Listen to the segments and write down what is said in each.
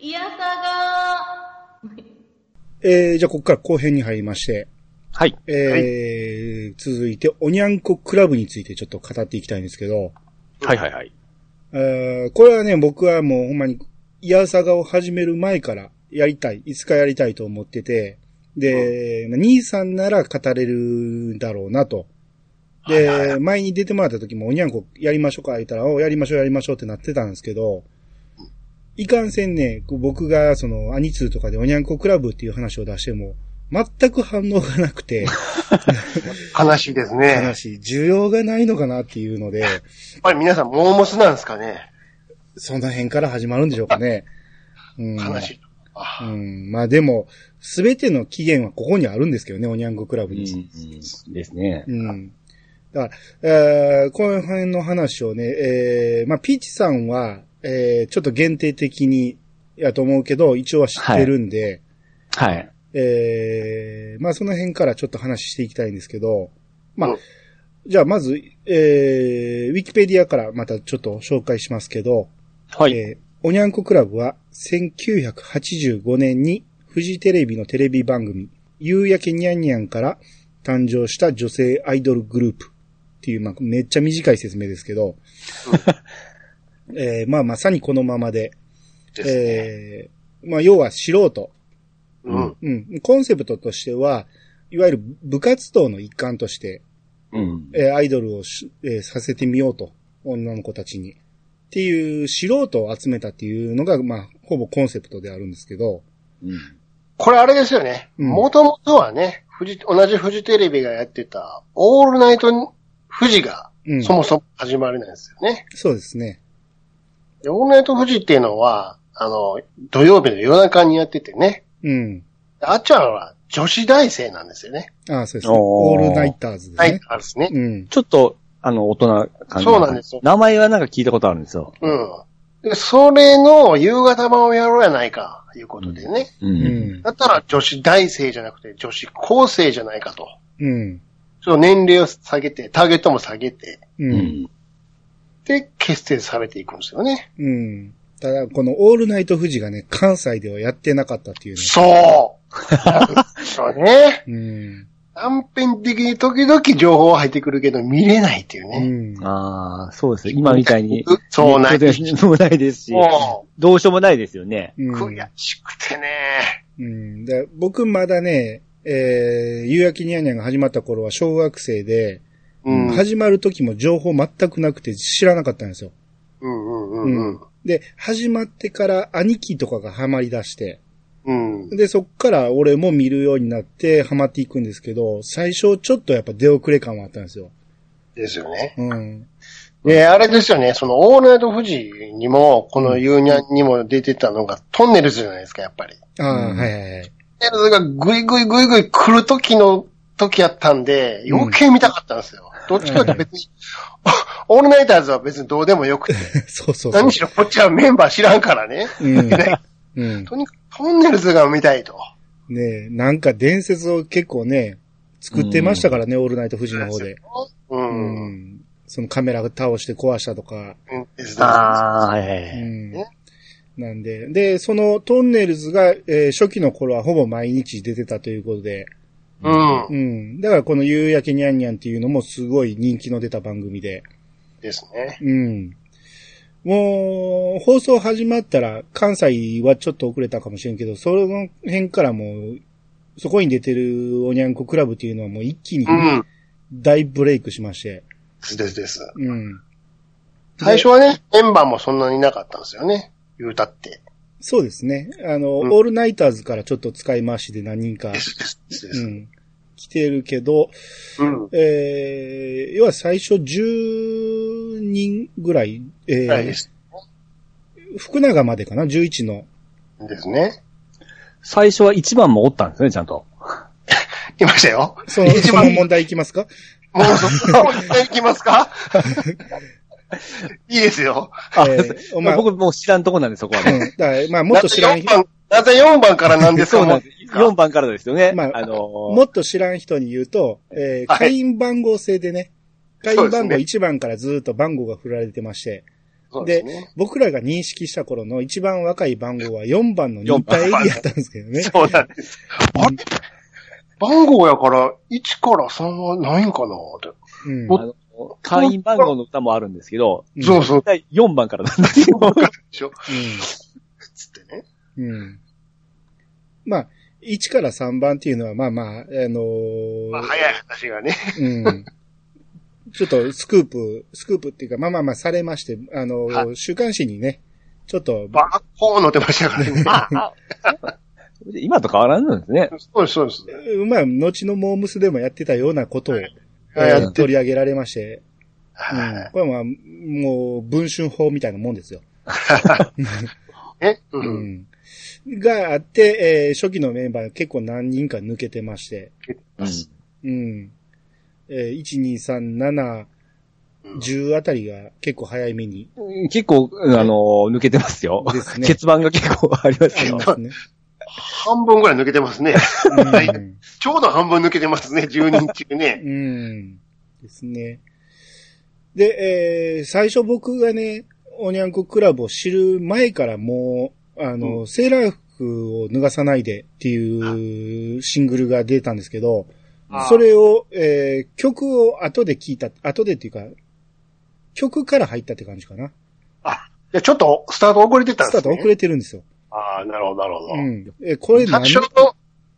いやさがえー、じゃあ、ここから後編に入りまして、はい。えー続いて、おにゃんこクラブについてちょっと語っていきたいんですけど、はいはいはい。えーこれはね、僕はもうほんまに、イヤサガを始める前からやりたい、いつかやりたいと思ってて、で、まあ兄さんなら語れるんだろうなと。で、前に出てもらった時も、おにゃんこやりましょうか、言ったら、おやりましょうやりましょうってなってたんですけど、いかんせんね、こう僕がその、アニツーとかでおにゃんこクラブっていう話を出しても、全く反応がなく て、悲しいですね。やっ話、需要がないのかなっていうので、ぱり皆さん、モーモスなんですかね。その辺から始まるんでしょうかね。うん、悲しい。うあん。まあでも、すべての期限はここにあるんですけどね、おにゃんこクラブに。ですね。うん。だから、えー、この辺の話をね、えー、まあピーチさんは、えー、ちょっと限定的にやと思うけど、一応は知ってるんで、はい。えー、まあその辺からちょっと話していきたいんですけど、まあうん、じゃあまず、えー、ウィキペディアからまたちょっと紹介しますけど、はい。えーおにゃんこクラブは1985年にフジテレビのテレビ番組、夕焼けにゃんにゃんから誕生した女性アイドルグループっていう、まあ、めっちゃ短い説明ですけど、 えーまあまさにこのままで、ですね。えーまあ要は素人、うん。うん、コンセプトとしては、いわゆる部活動の一環として、うん。えーアイドルをし、えーさせてみようと、女の子たちに。っていう素人を集めたっていうのが、まあ、ほぼコンセプトであるんですけど、これあれですよね。うんもともとはね、富士、同じフジテレビがやってた、オールナイト富士が、うん。そもそも始まりなんですよね。そうですね。でオールナイト富士っていうのは、あの、土曜日の夜中にやっててね。うん。あっちゃんは女子大生なんですよね。ああ、そうですね。おオーールナイターズですはい、ね。あるですね。うん。ちょっと、あの、大人感じ。そうなんですよ名前はなんか聞いたことあるんですよ。うん。で、それの夕方版をやろうやないか、いうことでね。うう。ん。だったら女子大生じゃなくて女子高生じゃないかと。うん。ちょっと年齢を下げて、ターゲットも下げて、う。うんん。で、結成されていくんですよね。うん。ただ、このオールナイト富士がね、関西ではやってなかったっていうね。そうそう ね。うん。断片的に時々情報は入ってくるけど見れないっていううね。ん。ああ、そうですよ。今みたいに。そうないネットでもないですし。もどうしようもないですよね。うう、ん悔しくてね。うん。で、僕まだね、えー、夕焼けにゃんにゃんが始まった頃は小学生で、うん。うん始まる時も情報全くなくて知らなかったんですよ。うんうんで、始まってから兄貴とかがハマり出して、うん。うん。で、そっから俺も見るようになってハマっていくんですけど、最初ちょっとやっぱ出遅れ感はあったんですよ。ですよね。うん。で、あれですよね、その、オールナイト富士にも、このユーニャンにも出てたのが、トンネルズじゃないですか、やっぱり。ああ、うんはいはいはい。 トンネルズがぐいぐいぐいぐい来る時の時やったんで、うん余計見たかったんですよ。どっちかというと別に、 オールナイターズは別にどうでもよくて、そうそうそう何。しろこっちはメンバー知らんからね。うん。ねうん。とにかくトンネルズが見たいと。ねえなんか伝説を結構ね、作ってましたからね、オールナイト富士の方で。う。うんうん。ん。そのカメラが倒して壊したとか。ですああ、はいうはい。んね。なんで、で、そのトンネルズが、えー初期の頃はほぼ毎日出てたということで、うん。うん。だからこの夕焼けにゃんにゃんっていうのもすごい人気の出た番組で。ですね。うん。もう、放送始まったら関西はちょっと遅れたかもしれんけど、その辺からもう、そこに出てるおにゃんこクラブっていうのはもう一気にうん。大ブレイクしまして。ですです。うん。最初はね、メンバーもそんなにいなかったんですよね。言うたって。そうですね。あの、うんオールナイターズからちょっと使い回しで何人か、ですですでうす。ん、来てるけど、うん。えー、要は最初10人ぐらい、えーはいです。福永までかな ?11 の。ですね。最初は一番もおったんですね、ちゃんと。いましたよ。 その、その問題いきますかもうそこ行きま すかいいですよ。あえー お前僕もう知らんとこなんで、そこはうん。ね。だからまあ、もっと知らんなぜ4番、なぜ4番からなんですそかうなんもでういいす。か4番からですよね。まああのーもっと知らん人に言うと、えーはい会員番号制でね、会そ員うです番ね号1番からずーっと番号が振られてまして、そうでですね。僕らが認識した頃の一番若い番号は4番の新田エリアだったんですけど ね。そうなんです。番号やから、1から3はないんかなって。うんあの会員番号の歌もあるんですけど、うんそうそう。第4番からなんですよ。でしょつってね。うん。うん。まあ、1から3番っていうのは、まあまあ、あのーまあ、早い話がね。うん。ちょっとスクープ、スクープっていうか、まあまあまあされまして、あのーは週刊誌にね、ちょっと、バーコーン乗ってましたからね。ああ 今と変わらないんですね。そうです、そうです。まあ、後のモームスでもやってたようなことを、はいえーやって取り上げられまして、はうんこれはまあ、もう、文春法みたいなもんですよ。いね。う。うんん。があって、えー初期のメンバー結構何人か抜けてまして、うん。えー、1、2、3、7、10あたりが結構早い目にうん結構、あの、抜けてますよ。ですね欠番が結構ありまあすりよま。すね。半分ぐらい抜けてますうね。んちょうど半分抜けてますね、10人中ね。うん。ですね。で、えー最初僕がね、おにゃんこクラブを知る前からもう、あの、セーラー服を脱がさないでっていうシングルが出たんですけど、それを、えー曲を後で聞いた、後でっていうか、曲から入ったって感じかな。いや、ちょっと、スタート遅れてたんスでタすーね。ト遅れてるんですよ。ああ、なるほど、なるほど。うん。えーこれ最何初の、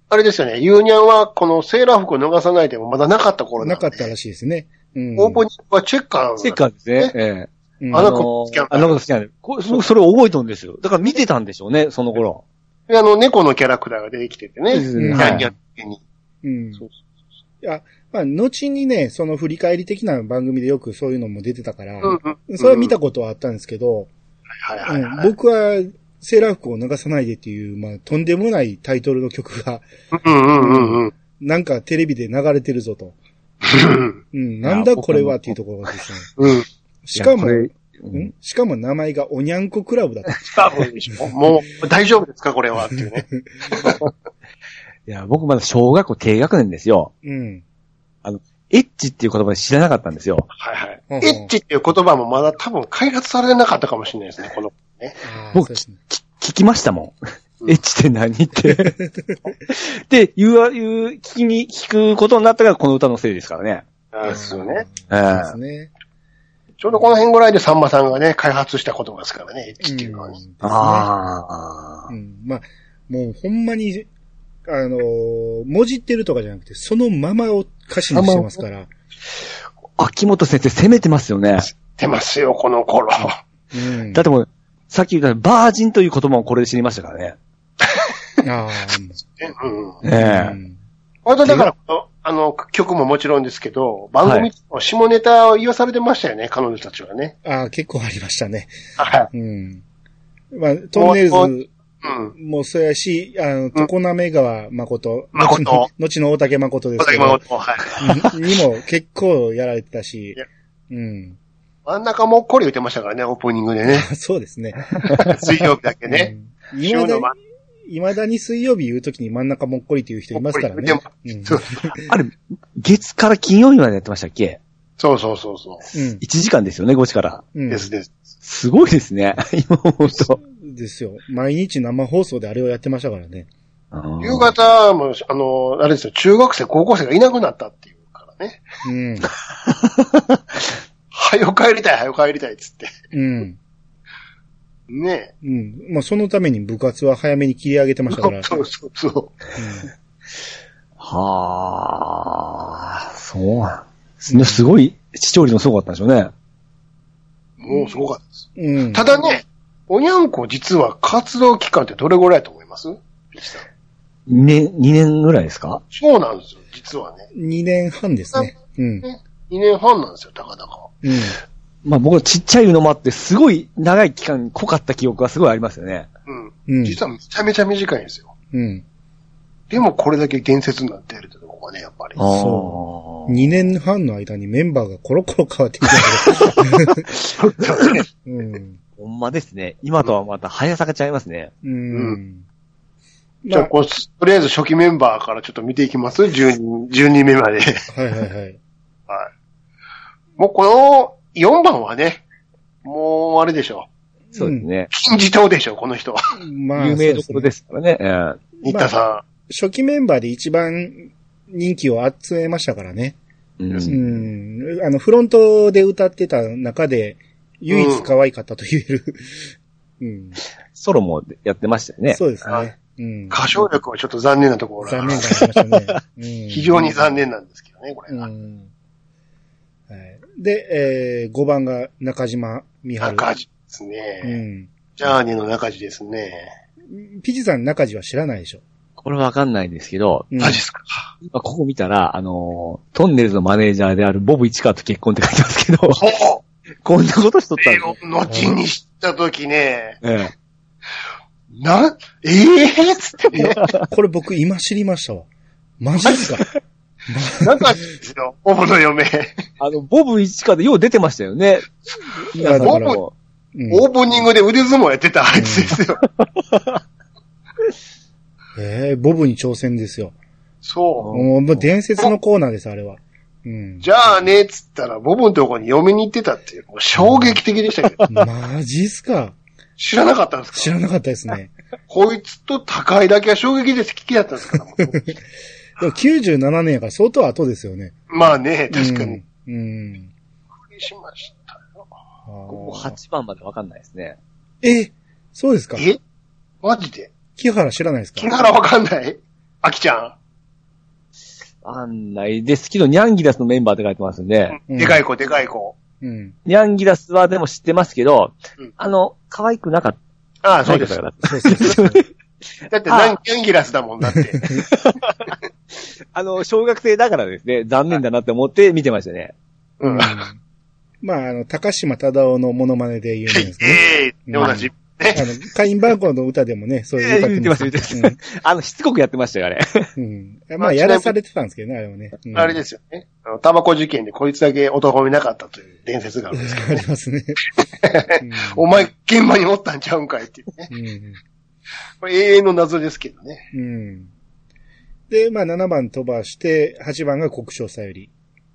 あれですよね、ユーニャンは、このセーラー服を逃さないでもまだなかった頃ななんかでったらしいですね。うん。オープニングはチェッカー。チェッカーですね。ええ。うんああのの子好きなんだあの子好きなんで。こ僕それを覚えとんですよ。だから見てたんでしょうね、その頃。であの、猫のキャラクターが出てきててね。そうニですねャンニャンってに。うん。そういや、まあ、後にね、その振り返り的な番組でよくそういうのも出てたから、うんうん。それは見たことはあったんですけど、はいはいうんはい。僕はセーラー服を流さないでっていう、まあ、とんでもないタイトルの曲が、 うんうんうんうん。なんかテレビで流れてるぞと。うん、なんだこれはっていうところがですね。うん。しかも、いやこれうんんしかも名前がおにゃんこクラブだった。スタートでしょ。もう、大丈夫ですか、これは。っ ていうね。いや、僕まだ小学校低学年ですよ。うん。エッチっていう言葉知らなかったんですよ。はいはいうんうん。エッチっていう言葉もまだ多分開発されなかったかもしれないですね、この。あー僕そうですねき聞きましたも。うんエッチって何って。で、言うわ、言う、聞きに、聞くことになったからこの歌のせいですからね。あーですよね。。あーそうですね。ちょうどこの辺ぐらいでさんまさんがね、開発した言葉ですからね、エッチっていうのはね。うんああ。うん、まあ、もうほんまに、あのー、文字ってるとかじゃなくて、そのままを歌詞にしてますから。秋元先生攻めてますよね。出ますよ、この頃。うん。だってもう、さっき言ったバージンという言葉もこれで知りましたからね。あうん。えあ、うえ。ん。本当だからこの、あの、曲ももちろんですけど、番組の下ネタを言わされてましたよね、彼女たちはね。ああ、結構ありましたね。はうん。まあ、トンネルズい。うん。もそうやし、あの、常滑川誠。後誠の 後の大竹誠ですけど。誠はい。うんにも結構やられてたしいや。うん。 真ん中もっこり言ってましたからね、オープニングでね。そうですね。水曜日だけね。うん。い週まだのに真ん、いまだに水曜日言うときに真ん中もっこりっていう人いますからねもっ。こうんそうあれ、月から金曜日までやってましたっけそうそうそうそう ?1 時間ですよね、5時から。ん。うう。んで。すです。すごいですね。 今思うと。ですよ。毎日生放送であれをやってましたからね。夕方も、あの、あれですよ、中学生、高校生がいなくなったっていうからね。うん。はよ帰りたい、はよ帰りたいっつって。うん。ねうん。まあ、そのために部活は早めに切り上げてましたから。そうそうそう。はあ、そうなんすね。すごい、視聴率もすごかったんでしょうね。もうすごかったです。うん。うんただね、おにゃんこ実は活動期間ってどれぐらいだと思いますピチさん2年、2年ぐらいですかそうなんですよ、実はね。 2年半ですね。うん。ね2年半なんですよ、たかだか。うん。まあ僕はちっちゃいのもあって、すごい長い期間濃かった記憶がすごいありますよね。うん。うん。実はめちゃめちゃ短いんですよ。うん。でもこれだけ伝説になっているってとこがね、やっぱり。そあー2年半の間にメンバーがコロコロ変わってきた。 うん。ほんまですね。今とはまた早さがちゃいますね。う。うんじまゃああ、こう、とりあえず初期メンバーからちょっと見ていきます ?12、12目 まで。はいはいはい。はい。もうこの4番はね、もう、あれでしょ。そうですね。金字塔でしょ、この人は。まあ、有名どころですからね。えー新田さ初期メンバーで一番人気を集めましたからね。うんううん。あの、フロントで歌ってた中で、唯一可愛かったと言える。うん。ソロもやってましたよね。そうですはいね。うん。ん、歌唱力はちょっと残念なところが残念がありましたね。うん非常に残念なんですけどね、これうが。ん。はい。で、えー、5番が中島美春。中地ですうね。ん。ジャーニーの中地ですね。ピチさん中地は知らないでしょ。これわかんないんですけど、うんマジっすか。今ここ見たら、あのートンネルズのマネージャーであるボブ市川と結婚って書いてますけど、 そうこんなことしとったんえでーすね後に知ったときね、ええな、ええー、つって ね、これ僕今知りましたわ。マジですか中地ですよ、ボブの嫁。あの、ボブ市川でよう出てましたよね。やだからボうんオープニングで腕相撲やってたあいつですよ。えー、ボブに挑戦ですよ。そう。もうもう伝説のコーナーです、あれは。うん。じゃあね、つったら、ボブのとこに嫁に行ってたっていう、もう衝撃的でしたけど、マジっすか知らなかったんです知からなかったです ね。こいつと高いだけは衝撃です。聞きだったんですから。もうでも97年やから相当後ですよね。まあね、確かに。びっうん。うん。くりしましたよ。あブー8番までわかんないですね。え、そうですかえマジで木原知らないです木か原わかんないあきちゃわかんないですけど、ニャンギダスのメンバーって書いてますんで、ん。うんでかい子、でかい子。うん。ニャンギダスはでも知ってますけど、うんあの、可愛くなかっあた。あ、そうです。かだら。そうそうそう。って何、キャンギラスだもんだって。あの、小学生だからですね、残念だなって思って見てましたね。うん。えまあ、あの、高島忠夫のモノマネで有名ですね。えー、で同じ。あの、会員番号の歌でもね、そういう歌ってます。ええ言ってます言あの、しつこくやってましたよ、あれ。うん。うんまあ、やらされてたんですけどね、あれはね。うん あれですよね。あの、タバコ事件でこいつだけ男見なかったという伝説があるんですけど。ありますね。 お前、現場におったんちゃうんかいっていうね。 うん。これ永遠の謎ですけどね。うん。で、まあ、7番飛ばして、8番が国章さゆり。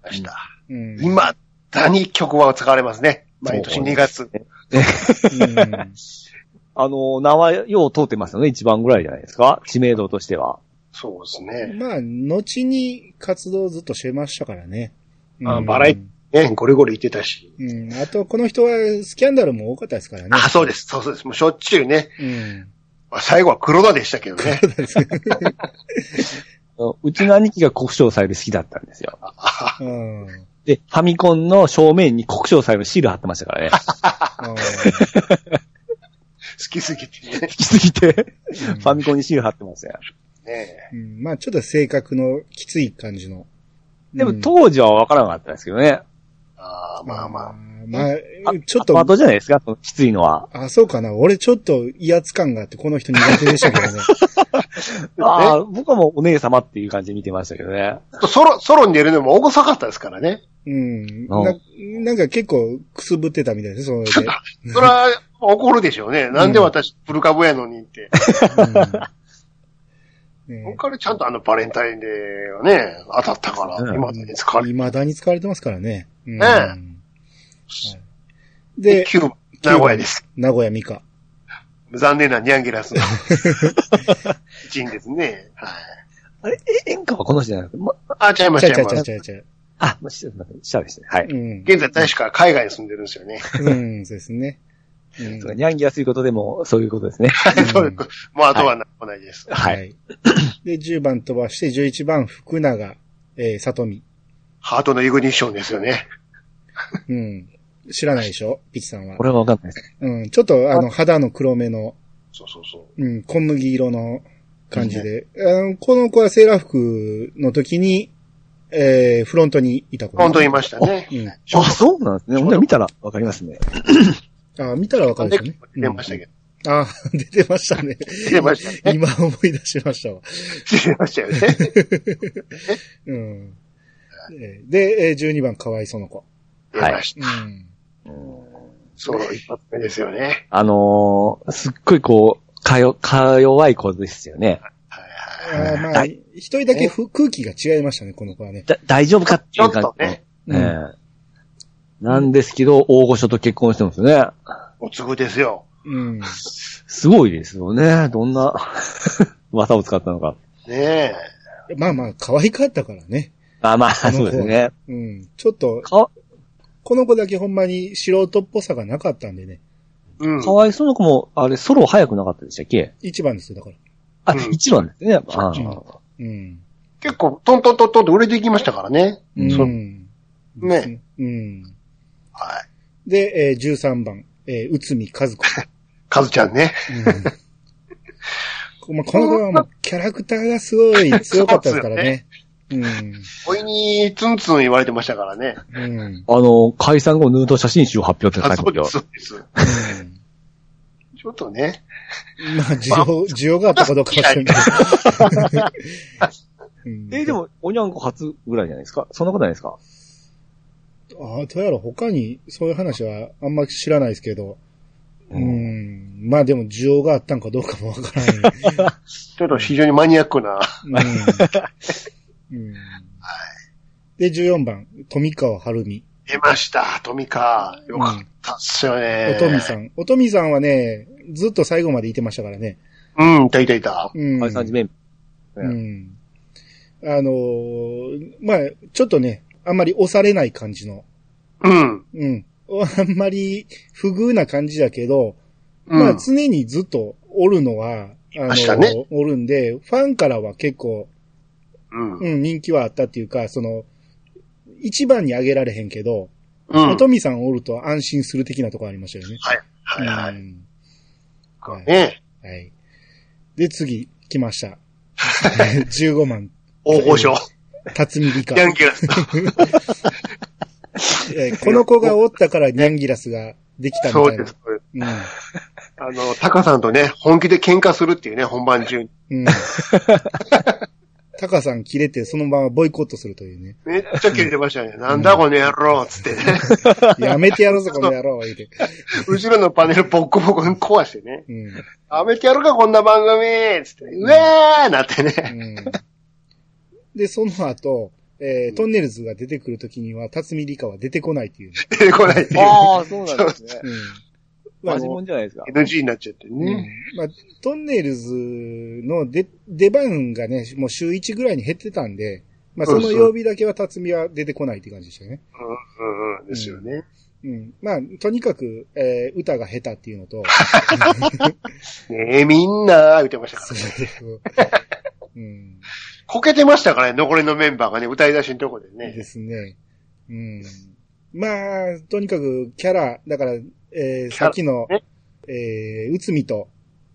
明日。うん。今、だに曲は使われますね。毎年2月。うんあの、名はよう通ってますよね、一番ぐらいじゃないですか。知名度としては。そうですね。まあ、後に活動をずっとしてましたからね。あバラエテね、ゴリゴリ言ってたし。うん。あと、この人はスキャンダルも多かったですからね。あ、そうです。そうそうです。もうしょっちゅうね。うん。まあ、最後は黒田でしたけどね。 あのうちの兄貴が国章祭で好きだったんですよ。うん。で、ファミコンの正面に国章祭のシール貼ってましたから ね。好きすぎてね。好きすぎて、うフんァミコンにシール貼ってましたよ。ねうんまあ、ちょっと性格のきつい感じの。でもうん当時は分からなかったですけどね。ああ、まあまあ。まああ、ちょっ後と、々じゃないですか、そのきついのは。あ、そうかな。俺ちょっと威圧感があって、この人苦手でしたけどね。ああ、僕はもうお姉様っていう感じで見てましたけどね。ちょっとソロ、ソロに出るのも大さかったですからね。うん。あななんか結構くすぶってたみたいですね、それで。それは怒るでしょうね。なんで私、プルカブやのにって。うんね僕はちゃんとあのバレンタインデーがね、当たったかうら、ん今まで使われて。未だに使われてますからね。うんねえはいで、 9番、名古屋です。名古屋美香。残念なニャンギラスの一員ですね。はい。あれ、え、演歌はこの人じゃなくて、ま、あ、ちゃいまちす、ゃちうゃちゃいうまちゃうちゃす。うちゃう。あ、もう失礼しましたシャアでしたね。はい。うん。現在大使から海外に住んでるんですよね。うん、そうですね。うんそうかニャンギ安いことでも、そういうことですね。 そういうこともうあとは何もないです。は。はいい。で、10番飛ばして、11番福永、えー、里美。ハートのイグニッションですよね。うん。知らないでしょピチさんはこ。れは分かんないです。うん。ちょっと、あの、肌の黒目の、そうそうそう。うん、小麦色の感じで。あのこの子はセーラー服の時に、えー、フロントにいた子。本当にいましたね。うん。あ、そうなんですね。ほんなら見たら分かりますね。あー見たらわかるでしょうね。出ましたけど。うんあー出てましたね。出ま したね。今思い出しましたわ。出ましたよね。うん。で、えー12番かわいその子。出ましうた。ん。そう、一発目ですよね。あのー、すっごいこう、かよ、か弱い子ですよね。あーまあ、一人だけふ空気が違いましたね、この子はね。だ、大丈夫かってちいょうっ感とじの。ね。うんええなんですけど、大御所と結婚してるんですよね。おつぐですよ。うん。すごいですよね。どんな 技を使ったのか。ねえ。まあまあ、可愛かったからね。あ、まあ、の子そうですね。うん。ちょっと、か、この子だけほんまに素人っぽさがなかったんでね。うん。かわいそうな子も、あれ、ソロ早くなかったでしたっけ一番ですよ、だから。あ、うん一番ですね。やっぱあ一番ーうん。結構、トントントントンって売れていきましたからね。うんそうね。ねうん。はい。で、えー、13番、えー、内海和子。 カズちゃんね。うんまあ、この子はもうキャラクターがすごい強かったですからね。おいにツンツン言われてましたからね。うん。うん。うんあの、解散後ヌード写真集発表って書いてあるよ。そうです。そうですちょっとね。まあ、需要、需要があったかどうかは知らんけど。うんえー、で、も、おにゃんこ初ぐらいじゃないですかそんなことないですかああ、どうやろ、他にそういう話はあんま知らないですけど。う。うんまあでも需要があったんかどうかもわからない。ちょっと非常にマニアックな。うん。うんで、14番、富川晴美。出ました、トミカ。よかったっすよね。おとみさん。おとみさんはね、ずっと最後までいてましたからね。うん、いたいたいた。うん。解散時メンバうーねん。あのーまあ、ちょっとね、あんまり押されない感じの、うん。うん。あんまり不遇な感じだけど、うんまあ常にずっとおるのは、あのましたねおるんで、ファンからは結構、うん。うん、人気はあったっていうか、その、一番に上げられへんけど、うん。おはいとみさんおると安心する的なとこありましたよね。はいはい。うんはいねはい。で、次、来ました。15万、大御所。辰巳理香。ヤンキーラス。えーこの子がおったからニャンギラスができたみそたういでな。す。うあの、タカさんとね、本気で喧嘩するっていうね、本番中に。ん。うん。タカさん切れて、そのままボイコットするというね。めっちゃ切れてましたね。なんだこの野郎つってね。やめてやるぞ、この野郎言うて。後ろのパネルボッコボコに壊してね。うん。やめてやるか、こんな番組つって、うえーなってね。うん。で、その後、えートンネルズが出てくるときには、辰巳理香は出てこないっていう、ね。出てこないっていう。ああ、 そうなんですね。うん。マジもんじゃないですか。 NG になっちゃってね。うんまあ、トンネルズの出、出番がね、もう週1ぐらいに減ってたんで、まあ、その曜日だけは辰巳は出てこないって感じでしたよね。うんうんうん。ですよね。うん。まあ、とにかく、えー歌が下手っていうのと、ねえ、みんな、言ってましたからね。うん。こけてましたからね、残りのメンバーがね、歌い出しのとこででね。すね。うん。まあ、とにかく、キャラ、だから、えーさっきのね、えー、内海と、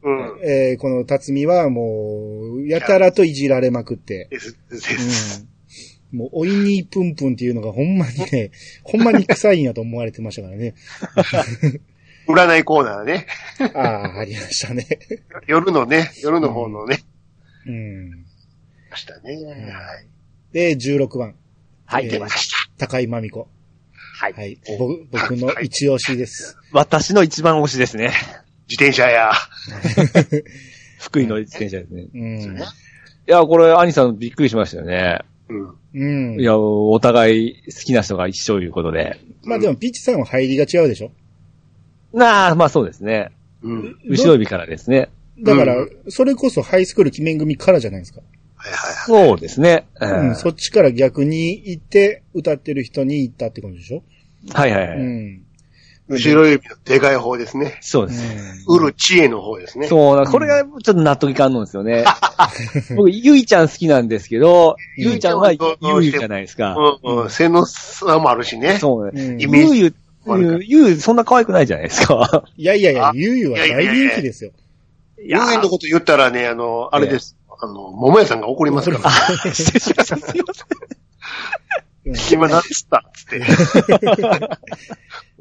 うん。えーこの辰巳はもう、やたらといじられまくって、です、です。うん。もう、おいにぷんぷんっていうのがほんまに ね、ほんまに臭いんやと思われてましたからね。占いコーナーね。ああ、ありましたね。夜のね、夜の方のね。うん。ましたね。はい。で、16番、はえい、ー出ました。高井真美子。はい。はい。ぼ僕の一押しです。私の一番推しですね。自転車や。 福井の自転車ですね。うん。いや、これ、兄さんびっくりしましたよね。うん。うん。いや、お互い好きな人が一緒ということで。まあでも、ピッチさんは入りが違うでしょなあ、まあそうですね。うん。後ろ指からですね。だからう、それこそハイスクール記念組からじゃないですか。はいはいはい。そうですね。ううんん、そっちから逆に行って、歌ってる人に行ったってことでしょはいはいうはい。ん。後ろ指のでかい方ですね。そううでんす。うる知恵の方ですね。そうな、これがちょっと納得いかんのですよ ね。僕、ゆいちゃん好きなんですけど、ゆいちゃんはゆいじゃないですか。うんうん。背の差もあるしね。そううね。んゆうゆ、ゆう、ゆう、そんな可愛くないじゃないですか。いやいやいやあ、ゆうゆうは大人気ですよ。 い遊園のこと言ったらね、あの、あれです。あの、桃屋さんが怒りますから。失礼しました。 すいません。今何つったつって。 本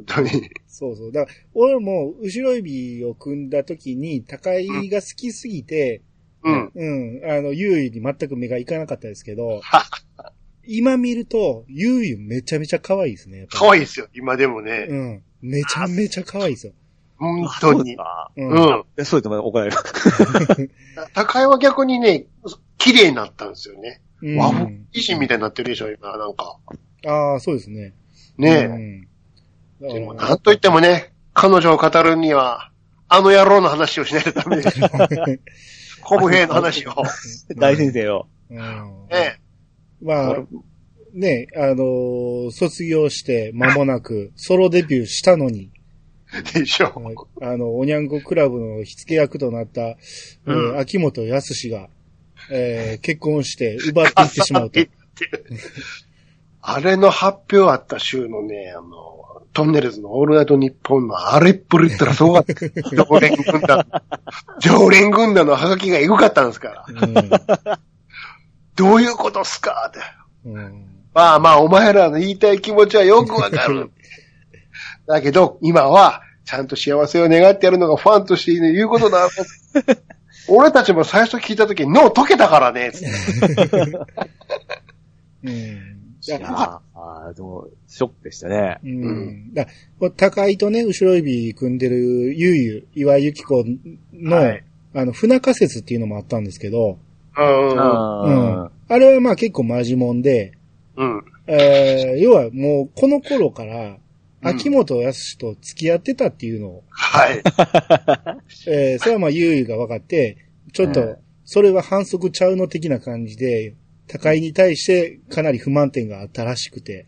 当に。そうそう。だから、俺も、後ろ指を組んだ時に、高井が好きすぎて、うん。うん、あの、ゆうゆうに全く目がいかなかったですけど、今見ると、ゆうゆうめちゃめちゃ可愛いですね。可愛愛いですよ、今でもね。い。うん。めちゃめちゃ可愛いですよ。本そ当うでにす。か。う。うんん。えそうですね、怒られる。高井は逆にね、綺麗になったんですよね。 うん和服維新みたいになってるでしょ、今、なんか。ああ、そうですね。ねえ。え。でもなんといってもね、彼女を語るには、あの野郎の話をしないとダメですよ。コブヘイの話を。 大先生を。うんねまあ、ね、あのー卒業して間もなく、ソロデビューしたのに、でしょ。あの、おにゃんこクラブの火付け役となった、えーうん秋元康が、えー結婚して奪っていってしまうと。 あれの発表あった週のね、あの、トンネルズのオールナイトニッポンのあれっぷりったらすご かった。常連軍団。常連軍団のハガキがエグかったんですから。どういうことっすかって。うんうんまあまあ、お前らの言いたい気持ちはよくわ かる。だけど、今は、ちゃんと幸せを願ってやるのがファンとして言うことだ。 俺たちも最初聞いたとき、脳溶けたからね。うんいやああ、でも、ショックでしたね。うんだこう高井とね、後ろ指組んでるゆうゆう、岩井ゆき子の、はいあの、船仮説っていうのもあったんですけど、うんうんうんああれはまあ結構マジもんで、うん。えー要はもうこの頃から、うん秋元康と付き合ってたっていうのを、はい。えーそれはまあゆうゆうが分かって、ちょっうとん、それは反則ちゃうの的な感じで、高井に対してかなり不満点があったらしくて、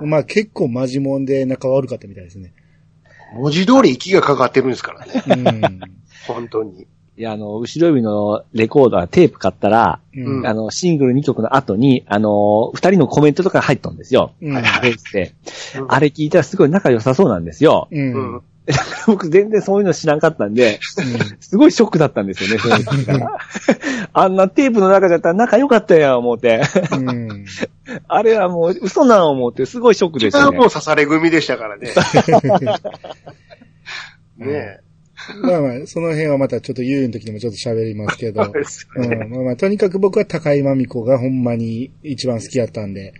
うんまあ結構マジもんで仲悪かったみたいですね。文字通り息がかかってるんですから ね。うん。本当に。いや、あの、後ろ指のレコーダー、テープ買ったら、うんあの、シングル2曲の後に、あの、二人のコメントとか入ったんですよ。うんはいはいベースであれ聞いたらすごい仲良さそうなんですよ。う。うんん。僕全然そういうの知らんかったんで、すごいショックだったんですよね、それ聞いた らあんなテープの中だったら仲良かったやん、思って。うん。あれはもう嘘なん思って、すごいショックで自した分ねも。刺され組でしたから ね。ねまあまあ、その辺はまたちょっとゆうの時でもちょっと喋りますけど。そうですうよね。ん、まあまあ、とにかく僕は高井まみ子がほんまに一番好きだったんで。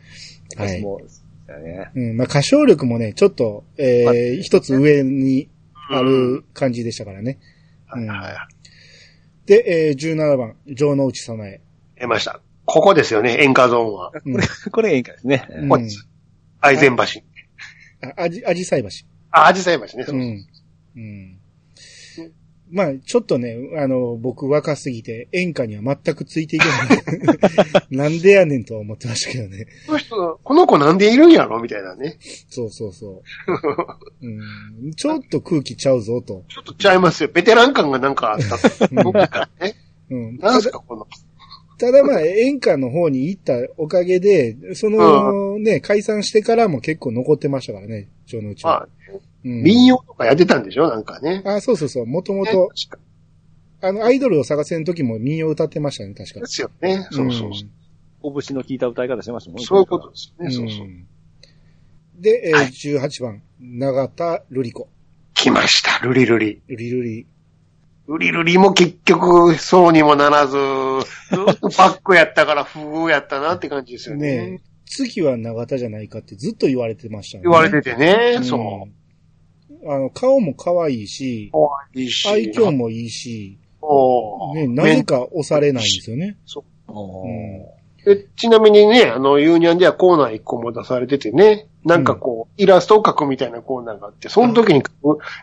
はい。もうね うん、まあ歌唱力もね、ちょっと、えまあー、一つ上にあうんる感じでしたからね。はいはい。で、えー、17番、城之内早苗。得ました。ここですよね、演歌ゾーンは。うんこれ、これがいいかですね。うんこっち。愛禅橋。ああじ、あじさい橋。。あ、アジサイ橋ね。そううんうん。まあ、ちょっとね、あの、僕若すぎて演歌には全くついていけ ない。なんでやねんとは思ってましたけどね。この人、この子なんでいるんやろみたいなね。そうそう そう。うん、ちょっと空気ちゃうぞと。ちょっとちゃいますよ。ベテラン感がなんかあったと思うからね。うん、なたんすだか、この。ただまあ、演歌の方に行ったおかげで、そのね、解散してからも結構残ってましたからね、城之内は。まあ、うん民謡とかやってたんでしょなんかね。あ、そうそうそう。もともねと、確かあの、アイドルを探せの時も民謡歌ってましたね、確かで。すよね。そうそうそう。お節の効いた歌い方してましたもんね。そういうことですうね。んそうそうう。んで、えーはい18番、長田瑠璃子。来ました、ルリルリ。瑠璃瑠璃。ウリルリも結局、そうにもならず、ずっとバックやったから 不遇やったなって感じですよね。ねえ次は長田じゃないかってずっと言われてましたね。言われててね、そう。うん。あの、顔も可愛いし、可愛いし。愛嬌もいいし、おーね、なぜか押されないんですよね。おーめえちなみにね、あの、ユーニャンではコーナー1個も出されててね、なんかこう、イラストを描くみたいなコーナーがあって、その時に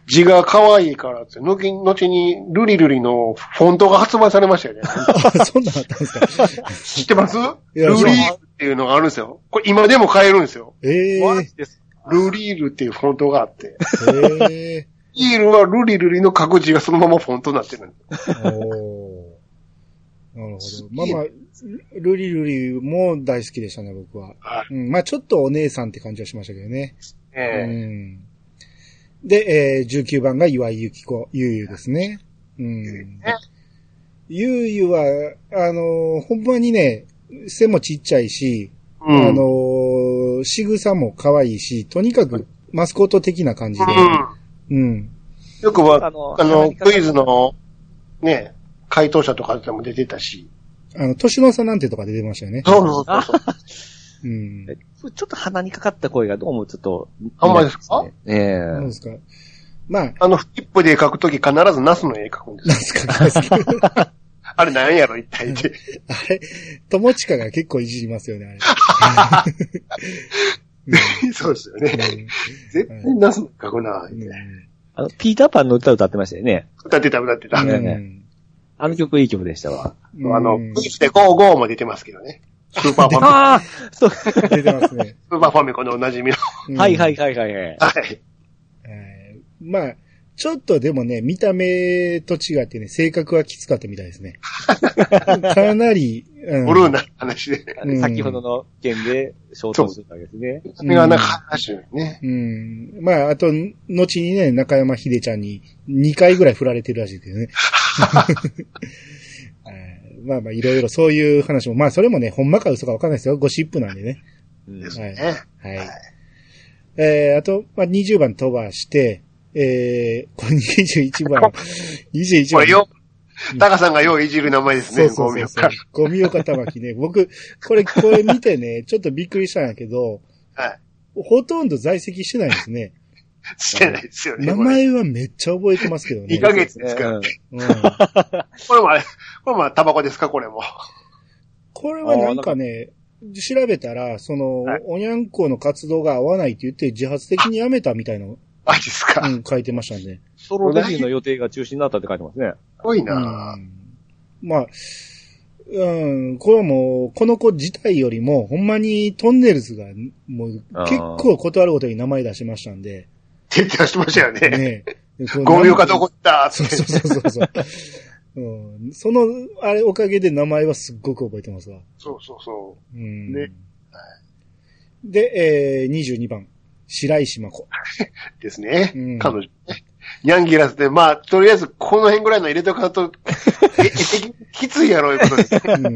字が可愛いからって、のき後にルリルリのフォントが発売され ましたよね。あ、そんなんあったんですか。知ってますルいやリールそうっていうのがあるんですよ。これ今でも買えるんですよ。ええマジですルリールっていうフォントがあって。ええイールはルリルリの各字がそのままフォントになってるんでおーなるほど。まあまあ、ルリルリも大好きでしたね、僕は。はうん、まあちょっとお姉さんって感じはしましたけどね。すね。うんで、えー19番が岩井ゆき子、ゆうゆうですね。うん。ゆうゆうは、あのーほんまにね、背もちっちゃいし、うん。あのー仕草も可愛いし、とにかくマスコット的な感じで、うん。うん。よくあは、のあの、鼻にかかるクイズの、ね、回答者とかでも出てたし。あの、年の差なんてとか出てましたよね。そうそうそうそうう。ん。えちょっと鼻にかかった声がどうもちょっと。あんまですかええどうですか。まあ、あの、フリップで描くとき必ずナスの絵描くんですよ。ですか、です か。あれ何やろ、一体で。 あれ、友近が結構いじりますよね、あれ。そうですよね。絶対なすの書くな、うんうんあの、ピーターパンの歌歌ってましたよね。歌ってた、歌ってた。あねの、あの曲いい曲でしたわ。うんブリスでゴーゴーも出てますけどね。スーパーファミコン、ああそう、出てますね。スーパーファミコンのおなじみの。うん はいはいはいはいはい。はい。えーまあ、ちょっとでもね、見た目と違ってね、性格はきつかったみたいです ね。かなり、うんブルーな話で。うん先ほどの件で衝突するわけですね。それがなんか話よね。うん。まあ、あと、後にね、中山秀ちゃんに2回ぐらい振られてるらしいけ どね。えーまあまあ、いろいろそういう話も、まあ、それもね、ほんまか嘘かわかんないですよ。ゴシップなんでね。うんですはい。ね。はい。はいえー、あと、まあ、20番飛ばして、えー、これ21番、21こ番れ。よ、タカさんがよういじる名前ですね、そうそゴうミそうそをう。ゴミ岡玉木ね。僕、これ、これ見てね、ちょっとびっくりしたんやけど、はい。ほとんど在籍してないですね。してない ですよね。名前はめっちゃ覚えてますけどね。 2ヶ月ですから。うんこれもあれ、これもタバコですか、これも。 これはなんかね、調べたら、そのはい、おにゃんこの活動が合わないって言って自発的に辞めたみたいなの、マジですか。うすん、書いてましたんで。ソロデビューの予定が中止になったって書いてますね。ごいうなぁん、まあ、うん、これはもう、この子自体よりも、ほんまにトンネルズが、もう、あー結構断ることに名前出しましたんで。出てましたよね。ねえ。こうゴミをかどこ行ったそーうって。そうそうそう。うん、その、あれ、おかげで名前はすっごく覚えてますわ。そうそうそうん。ねで、えー、22番。白石真 子。う。ですねうん。彼女ね。ニャンギラスで、まあ、とりあえず、この辺ぐらいの入れとかんと、え、え、きついやろ、いうことです。 うん。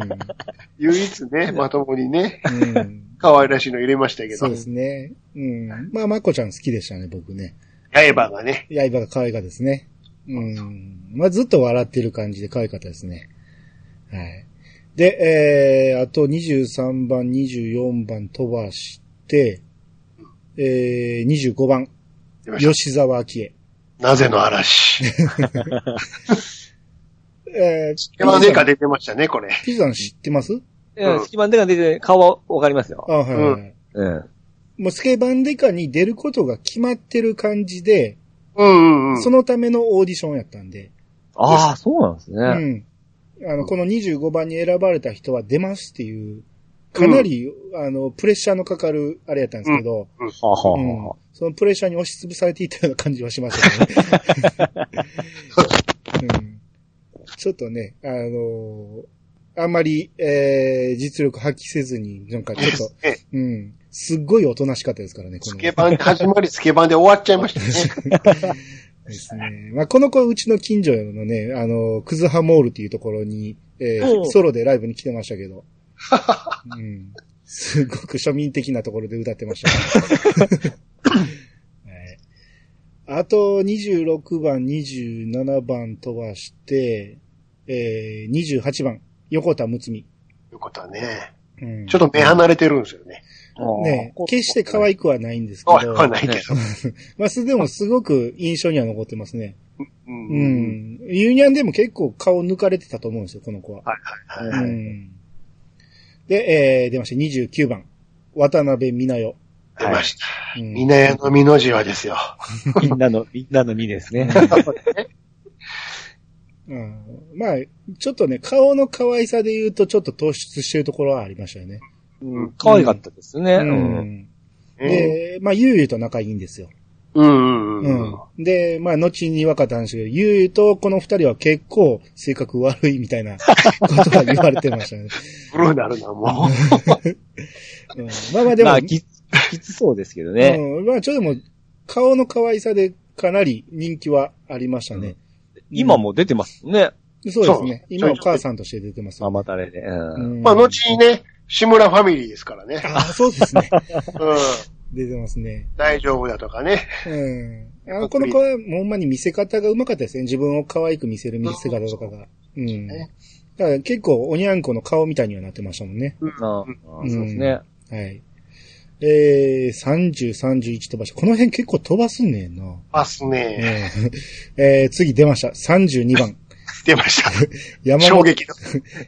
唯一ね、まともにね、うん可愛らしいの入れましたけそうどで、すね。うん。まあ、まこちゃん好きでしたね、僕ね。刃がね、刃が可愛かったですね。うん。まあ、ずっと笑ってる感じで可愛かったですね。はい。で、えー、あと23番、24番飛ばして、えー、25番、出まし吉沢明恵。たなぜの嵐。えー、山根が出てましたね、これ。ピザン知ってますうんうん。隙間でが出て、顔はわかりますよ。あ、はい、はいはい。うん。もうスケバンデカに出ることが決まってる感じで、うんうんうん。そのためのオーディションやったんで、ああ、そうなんですうね。ん。あの、この25番に選ばれた人は出ますっていう、かなり、あの、プレッシャーのかかるあれやったんですけど、はあはあうんはそのプレッシャーに押しつぶされていたような感じはしましたね。 うんちょっとね、あのーあんまり、えー、実力発揮せずに、なんかちょっと、ねうん、すっごいおとなしかったですからね、こスの。ケバン始まり、スケバンで終わっちゃいま したね。ですね。まあ、この子、うちの近所のね、あの、クズハモールっていうところに、えーうんソロでライブに来てましたけど。うん、すごく庶民的なところで歌って ました、ねはいあと、26番、27番飛ばして、えー、28番、横田睦美。ということはね、うんちょっと目離れてるんですよね。あ。ね、決して可愛くはないんですけわかど、んないけど。まあ、すでもすごく印象には残ってますね。う。うんん。ユニャンでも結構顔抜かれてたと思うんですよ、この子は。はいはいはい。うん。で、えー、出ました。29番。渡辺美奈代。出ました。うんみなやのみの字はですよ。みんなの、みんなの身ですね。うん、まあ、ちょっとね、顔の可愛さで言うと、ちょっと突出してるところはありましたよね。うん可愛かったですね。ううん。ん。ねで、まあ、ゆうゆうと仲いいんですよ。うんうんううんん。。で、まあ、後に分かったんですけど、ゆうゆうとこの二人は結構性格悪いみたいなことが言われてましたね。ブルーなるな、もう。うん、まあまあでも、まあ、きつ、きつそうですけどね。うん、まあ、ちょっともう、顔の可愛さでかなり人気はありましたね。今も出てますね。そうですねそ今う。お母さんとして出てます。ママタレで。うん。うんまあ、後にね、志村ファミリーですからね。あ、そうですね。 うん。出てますね。大丈夫だとかね。うん。あのこの子は、もうほんまに見せ方がうまかったですね。自分を可愛く見せる見せ方とかが。うん。だねから結構、おにゃんこの顔みたいにはなってましたもんね。ああそうですね。はい。えー、30、31飛ばし。この辺結構飛ばすねん な。ますね。うんえー、次出ました。32番。出ました。山衝本、撃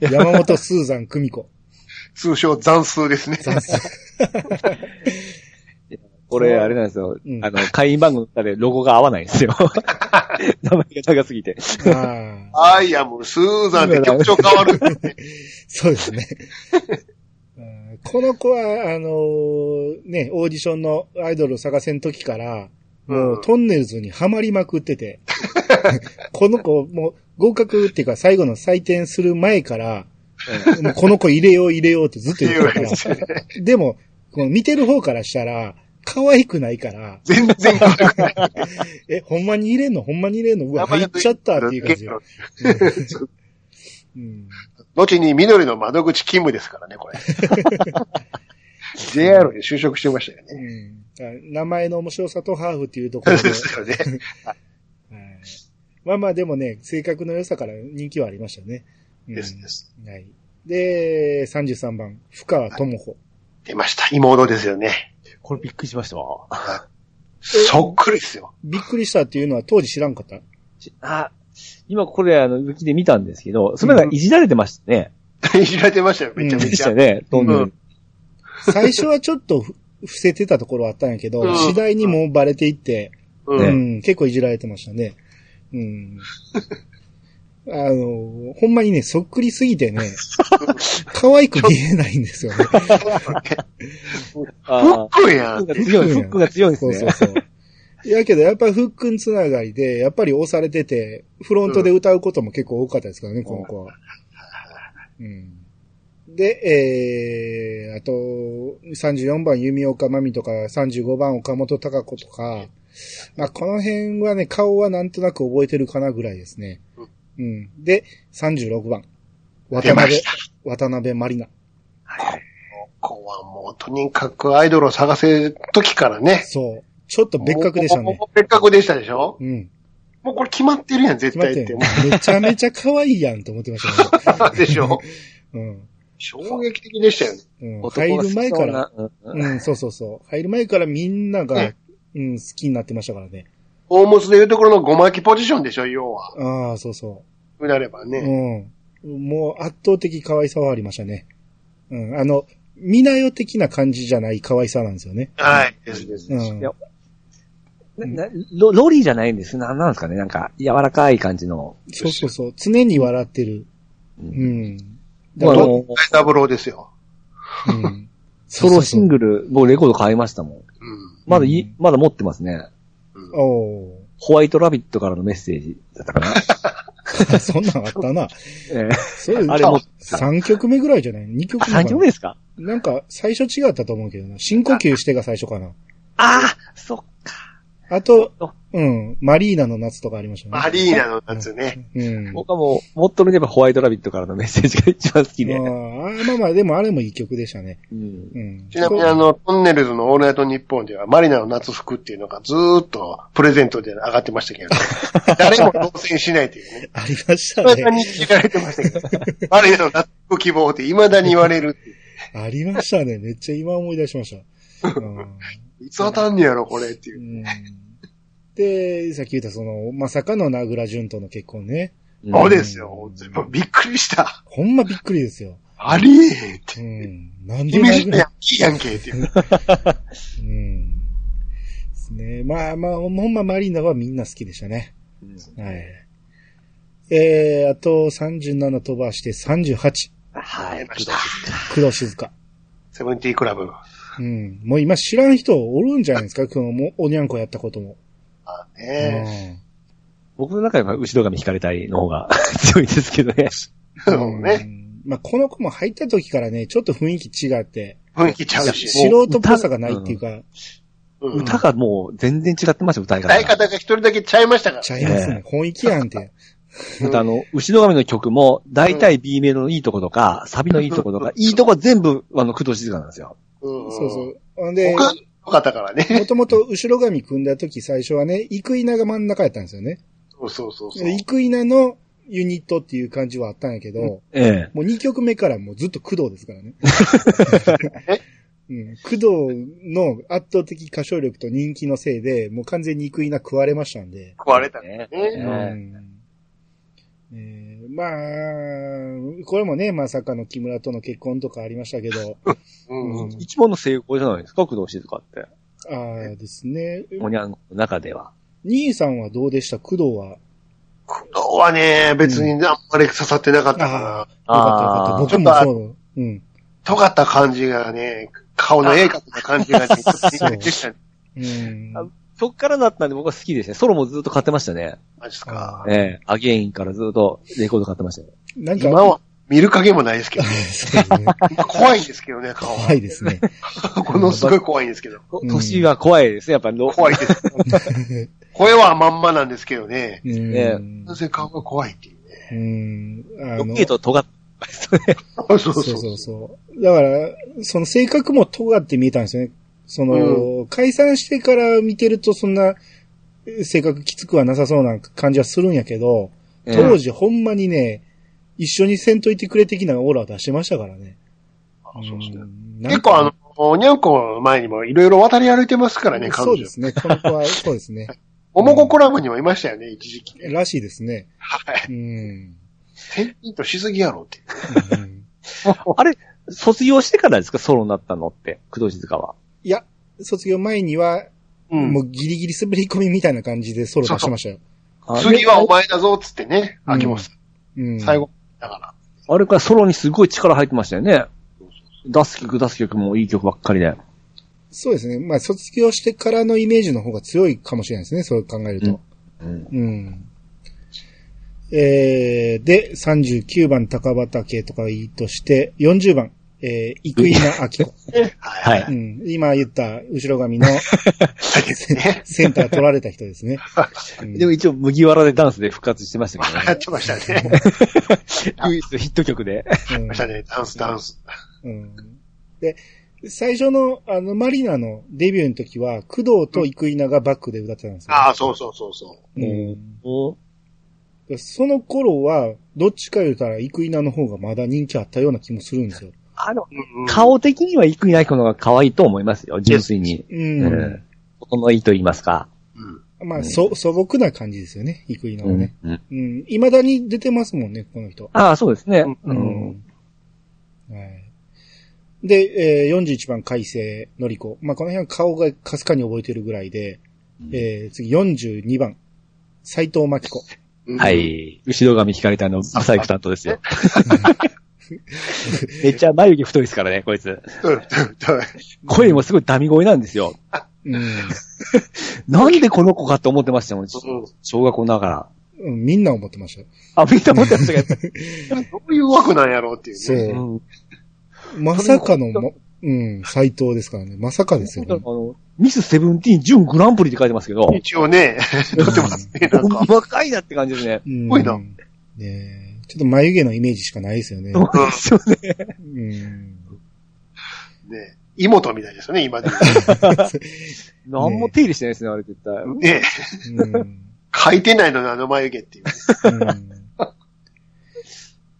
の。 山本スーザン久美子。通称、残数ですね。残数俺、あれなんですよ。うんあの、会員番組の中でロゴが合わないん ですよ。名前が長すぎて。ああ、アイアム、スーザンって曲調変わる。そうですね。 うんこの子は、あのーね、オーディションのアイドルを探せん時から、もうんうトンネルズにはまりまくって て、この子、もう合格っていうか最後の採点する前から、もうこの子入れよう入れようってずっと言ってたから、でも、この見てる方からしたら、可愛くないから、全然 変わる。え、ほんまに入れんのほんまに入れんのうわ、入っちゃったっていう感じ。うん後に緑の窓口勤務ですからね、こ れ。JR に就職してましたよね。うんあ名前の面白さとハーフっていうとこそう ろでで。すよね。はいまあまあでもね、性格の良さから人気はありましたね。うんですです。はい。で、33番、深川智子。出ました。妹ですよね。これびっくりしましたわ。そっくりですよ。 びっくりしたっていうのは当時知らんかった。ちあ、今これ、あの、ウきで見たんですけど、それがいじられてましたね。いじられてましたよ、めちゃめでしちゃ。たよね、どんどうんん。最初はちょっとふ 伏せてたところはあったんやけど、うん次第にもうバレていって、う。うんん、結構いじられてましたね。 うん。あの、ほんまにね、そっくりすぎてね、 可愛く見えないんですよね。あふっーくりやフックん。が強い、フックが強いですそうねそう。そう。いやけど、やっぱりフックンつながりで、やっぱり押されてて、フロントで歌うことも結構多かったですからね、この子は。うん。で、えー、あと、34番弓岡まみとか、35番岡本隆子とか、まあ、この辺はね、顔はなんとなく覚えてるかなぐらいですね。うん。で、36番。渡出ま辺した、渡辺まりな。ここはもう、とにかくアイドルを探せる時からね。そう。ちょっと別格でしたね。。別格でしたでしょうん。もうこれ決まってるやん、決絶まっ対てっんて。のもめちゃめちゃ可愛いやんと思ってましたね。 うで しょうん。衝撃的でしたよね。うん、男入が好るき前そかうらな、。うんうん、そうそうそう。入る前からみんなが、うんうん、好きになってましたからね。大物でいうところのごまきポジションでしょ、要は。ああ、そうそなればう。ね。うん。もう圧倒的可愛さはありましたね。うん、あの、みなよ的な感じじゃない可愛さなんですよね。はい。ですですうです。んい。やななロロリーじゃないんです。なんなんですかねなんか、柔らかい感じの。そうそうそう。常に笑ってる。うう。ん。もうあの、ダブローですよ。うん、ソロシンル。グル、僕レコード買いましたもん。うまだい、うんまだ持ってますね。ん。うんおホワイトラビットからのメッセージだったかな。ー そんなんあったな。ええそれ、あれも3曲目ぐらいじゃない ?2 曲目 あ、かな3曲目ですかなんか、最初違ったと思うけどな。深呼吸してが最初かな。ああ、そっか。あとあ、うん、マリーナの夏とかありましたね。マリーナの夏ね。うん。僕はもう、もっと見ればホワイトラビットからのメッセージが一番好きで。あーまあまあ、でもあれもいい曲でしたね。うんうん。ちなみにあの、トンネルズのオールナイトニッポンでは、マリナの夏服っていうのがずーっとプレゼントで上がってましたけ ど、誰も当選しないというね。ありました未だね。に知られてましたけど、マリナの夏服希望って未だに言われるっていう。ありましたね。めっちゃ今思い出しました。うんいつ当たんねやろ、これっていうう。んで、さっき言ったその、まさかの名倉淳との結婚ね。うんそうですよ。全部びっくりした。ほんまびっくりですよ。ありえへんって。うん。なんで姫名路の倉ヤンキーやんけって いう。うん。ですね。まあまあ、ほんまマリーナはみんな好きでしたね。うんはい。えー、あと37飛ばして38、 はい。ました工藤静香。セブンティークラブ。うん。もう今知らん人おるんじゃないですかこのもおにゃんこやったことも。あね僕の中では後ろ髪引かれたいの方が 強いですけどね。 そううんね。うんまあ、この子も入った時からね、ちょっと雰囲気違って、雰囲気ちゃうし。素人っぽさがないっていうか、うん歌がもう全然違ってました、歌い方歌いが。方が一人だけちゃいましたから。ちゃいますね。本気やんって。またあの、後ろ髪の曲も、大体 B メロのいいとことか、サビのいい とことか、いいとこ全部、あの、工藤静香なんですよ。うんそうそう。ほんで僕、は良かったからね。もともと後ろ髪組んだ時最初はね、生稲が真ん中やったんですよね。そうそうそうそう。で生稲のユニットっていう感じはあったんやけど、ええ。もう2曲目からもうずっと工藤ですから ね。うん、工藤の圧倒的歌唱力と人気のせいで、もう完全にイな食われましたんで。壊れたねね。うえんえーまあ、これもね、まさかの木 村との結婚とかありましたけど、うん。うん一番の成功じゃないですか、工藤静香って。ああですね。おにゃんの中では。兄さんはどうでした工藤は。工藤はね、別にあんまり刺さってなかったから、よかったよかった。僕もそう。うん。尖った感じがね、顔の鋭角な感じ がね、ちょっと似てきたんうん。あそっからだったんで僕は好きでしたね。ソロもずっと買ってましたね。ですか。ええアゲインからずっとレコード買ってましたね。なんか、今は見る影もないですけ どね。そうですね。怖いんですけどね、顔怖 は。いですね。ものすごい怖いんですけど。うん年が怖いですね、やっぱり。怖い です。声はまんまなんですけどね。うん。えなぜ顔が怖いっていうね。うん。あロケと尖ってますね。そうそうそうそうそう。だから、その性格も尖って見えたんですよね。その、解散してから見てるとそんなえー性格きつくはなさそうな感じはするんやけど、当時ほんまにね、一緒にせんといてくれ的なオーラを出してましたからね。そうですねん結構あ、の、にゃんこの前にもいろいろ渡り歩いてますからね、彼そう女で。すね。この子は、そうです ね。桃子コラムにもいましたよね、一時期。らしいですね。はうい。ん。転々としすぎやろって。うんあれ、卒業してからですか、ソロになったのって、工藤静香は。いや、卒業前には、うんも。うギリギリ滑り込みみたいな感じでソロ出してましたよ。あれ次はお前だぞ、つってね、うん秋元さうんん。最後、だから。あれからソロにすごい力入ってましたよね。出す曲出す曲もいい曲ばっかりで。そうですね。まあ、卒業してからのイメージの方が強いかもしれないですね。そう考えると。うん。うん。えー、で、39番高畑とかいいとして、40番、えー、生稲晃 子。は。はいい。うん。今言った、後ろ髪のセンセンター取られた人です ね。うんでも一応麦わらでダンスで復活してましたけどね。やってましたね。唯一ヒット曲で。うんましたね。ダンス、ダンス。うんで、最初の、あの、マリナのデビューの時は、工藤と生稲がバックで歌ってたんですよ。ああ、そうそうそうそう。うんおでその頃は、どっちか言うたら、生稲の方がまだ人気あったような気もするんですよ。あの、うん顔的にはイクイナイコの方が可愛いと思いますよ、純粋に。うん。うん。このいいと言いますか。うんまあ、そ、素朴な感じですよね、生稲はね。うん。うん。未だに出てますもんね、この人。ああ、そうですね。ううんん。はい。で、えー41番、海星のりこ。まあ、この辺は顔がかすかに覚えてるぐらいで、えー次42番、斎藤真紀子。うんは。い。後ろ髪引かれたあの、ブサイク担当ですよ。めっちゃ眉毛太いですからね、こいつ。うん声もすごいダミ声なんですよ。 うん。なんでこの子かって思ってましたもん、うん小学校ながら。うん、みんな思ってましたよ。あ、みんな思ってましたけど。どういう枠なんやろうっていうそね。 うう。んまさかの、ま、うん、斎藤ですからね。まさかですよ、あね。の、ミスセブンティーン準グランプリって書いてますけど、一応ね、撮ってますね、なんか。若いなって感じですね。すごいなねえちょっと眉毛のイメージしかないですよね。そうですよね。うん。ね。妹みたいですよね、今でも。何も手入れしてないですね、あれ絶対。ね。うん。うん書いてないのにあの眉毛っていう。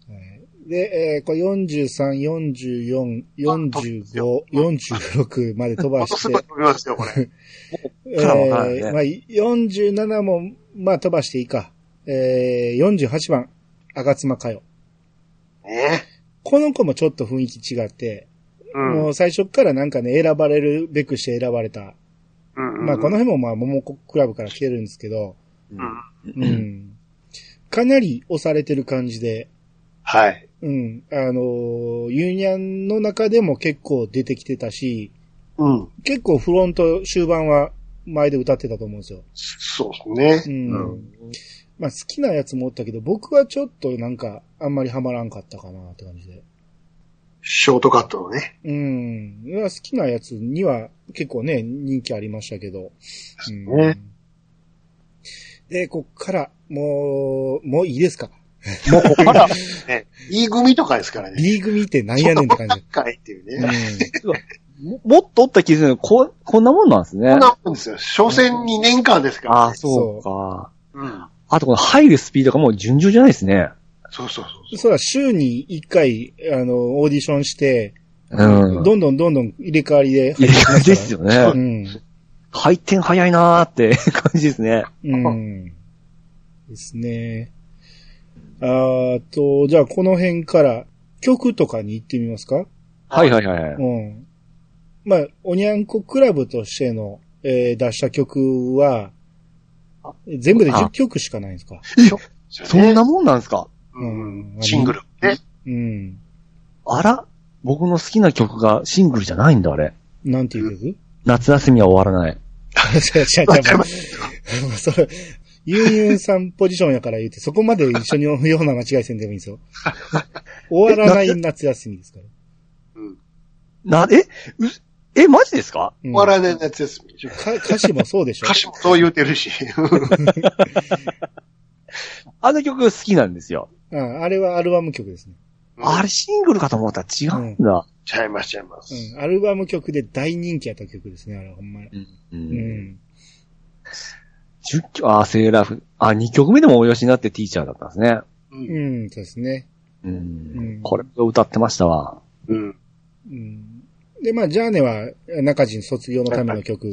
はいで、えーこれ43、44、45、46まで飛ばものしすごいて、飛びますよ、これ。えからわからないねーまあ、47も、まあ飛ばしていいか。えー、48番、赤妻かよ。ね。この子もちょっと雰囲気違って、うん。もうう最初っからなんかね、選ばれるべくして選ばれた。んまあこの辺もまあ、桃子クラブから来てるんですけど、うんうん。かなり押されてる感じで、はい。うん。あのーユーニャンの中でも結構出てきてたし、うん。結構フロント終盤は前で歌ってたと思うんですよ。そうですうね。ん。うんまあ好きなやつもおったけど、僕はちょっとなんかあんまりハマらんかったかなって感じで。ショートカットのね。うん。いや好きなやつには結構ね、人気ありましたけど。うんねで、こっから、もう、もういいですかもうここから、 ね、E 組とかですからね。 ?B 組ってなんやねんって感じ。高いっていううね。んももっとおった気づいのこ、こんなもんなんですねそん。なもんですよ。初戦2年間ですからあね。そうか。うん。あとこの入るスピードがもう順調じゃないですね。そうそうそ う。そうだ、週に1回、あの、オーディションして、うん。どんどんどんどん入れ替わりで入って入れき替まわすりかでらすよね。うん。回転早いなーって 感じですね。うん。ですね。あと、じゃあこの辺から曲とかに行ってみますかはいはいはい。うん。まあ、おにゃんこクラブとしての、えー出した曲は、全部で10曲しかないんですか。そんなもんなんですかうん。シングル。ね。うん。あら僕の好きな曲がシングルじゃないんだ、あれ。なんていう曲夏休みは終わらない。 ちゃちゃちゃそれ、ユンユンさんポジションやから言って、そこまで一緒に読むような間違いせんでもいいん ですよ。終わらない夏休みですから。うん。な、えうえ、マジですかうん終わらない夏休み。か歌詞もそうでしょ歌詞もそう言うてる し。あの曲好きなんですよ。うん、あれはアルバム曲ですね。あれシングルかと思ったら違うんだ。ちゃいます、ちゃいます。うん、アルバム曲で大人気やった曲ですね、あれはほんまに。うん。うん。 10曲、あ、セーラーフ。あ、2曲目でも応用しになってティーチャーだったんですね。うん。うん、そうですね。うん。うんこれを歌ってましたわ。うん。うん。で、まあ、ジャーネは、中人卒業のための 曲。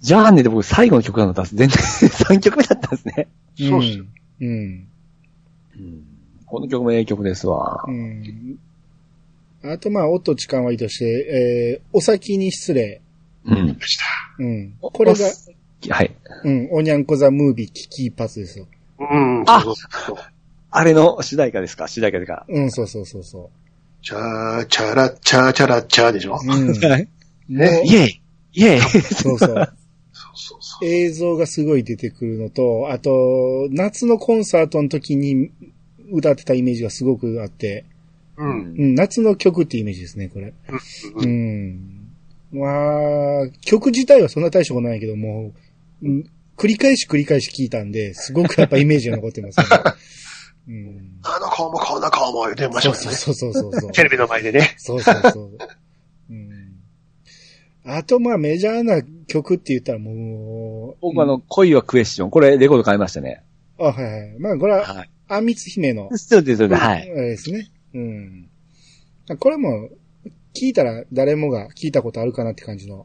ジャーネで僕最後の曲なの出す。全然 3曲目だったんですね。そうっすようん。うん。この曲もええ曲ですわ。うん。あと、まあ、音痴漢はいいとして、えー、お先に失礼。うん。でした。うん。これが、はい。うん、おにゃんこザムービーキキーパスですよ。うん。あそうそうそう。あれの主題歌ですか主題歌ですか。うん、そうそうそうそチャー、チャラ、チャー、チャラ、チャーでしょう。 うん。はいねイェイイェイそうそう。そうそうそ映像がすごい出てくるのと、あと、夏のコンサートの時に歌ってたイメージがすごくあって、う。うん。うん、夏の曲ってイメージですね、これ。う。うんん。まあ、曲自体はそんな大したことないけども、うん繰り返し繰り返し聞いたんで、すごくやっぱイメージが残ってますね。うん。あの子もこの子も言うてましそょううそうね。そうそうそうそう。テレビの前でね。そうそうそう。うん、あと、まあ、メジャーな曲って言ったらもう、僕あの、恋はクエスチョン。これレコード買いましたね。あ、はいはい。まあ、これは、はい。あみつ姫 の、そうですよね。はあい。れですね。うん。これも、聞いたら誰もが聞いたことあるかなって感じの。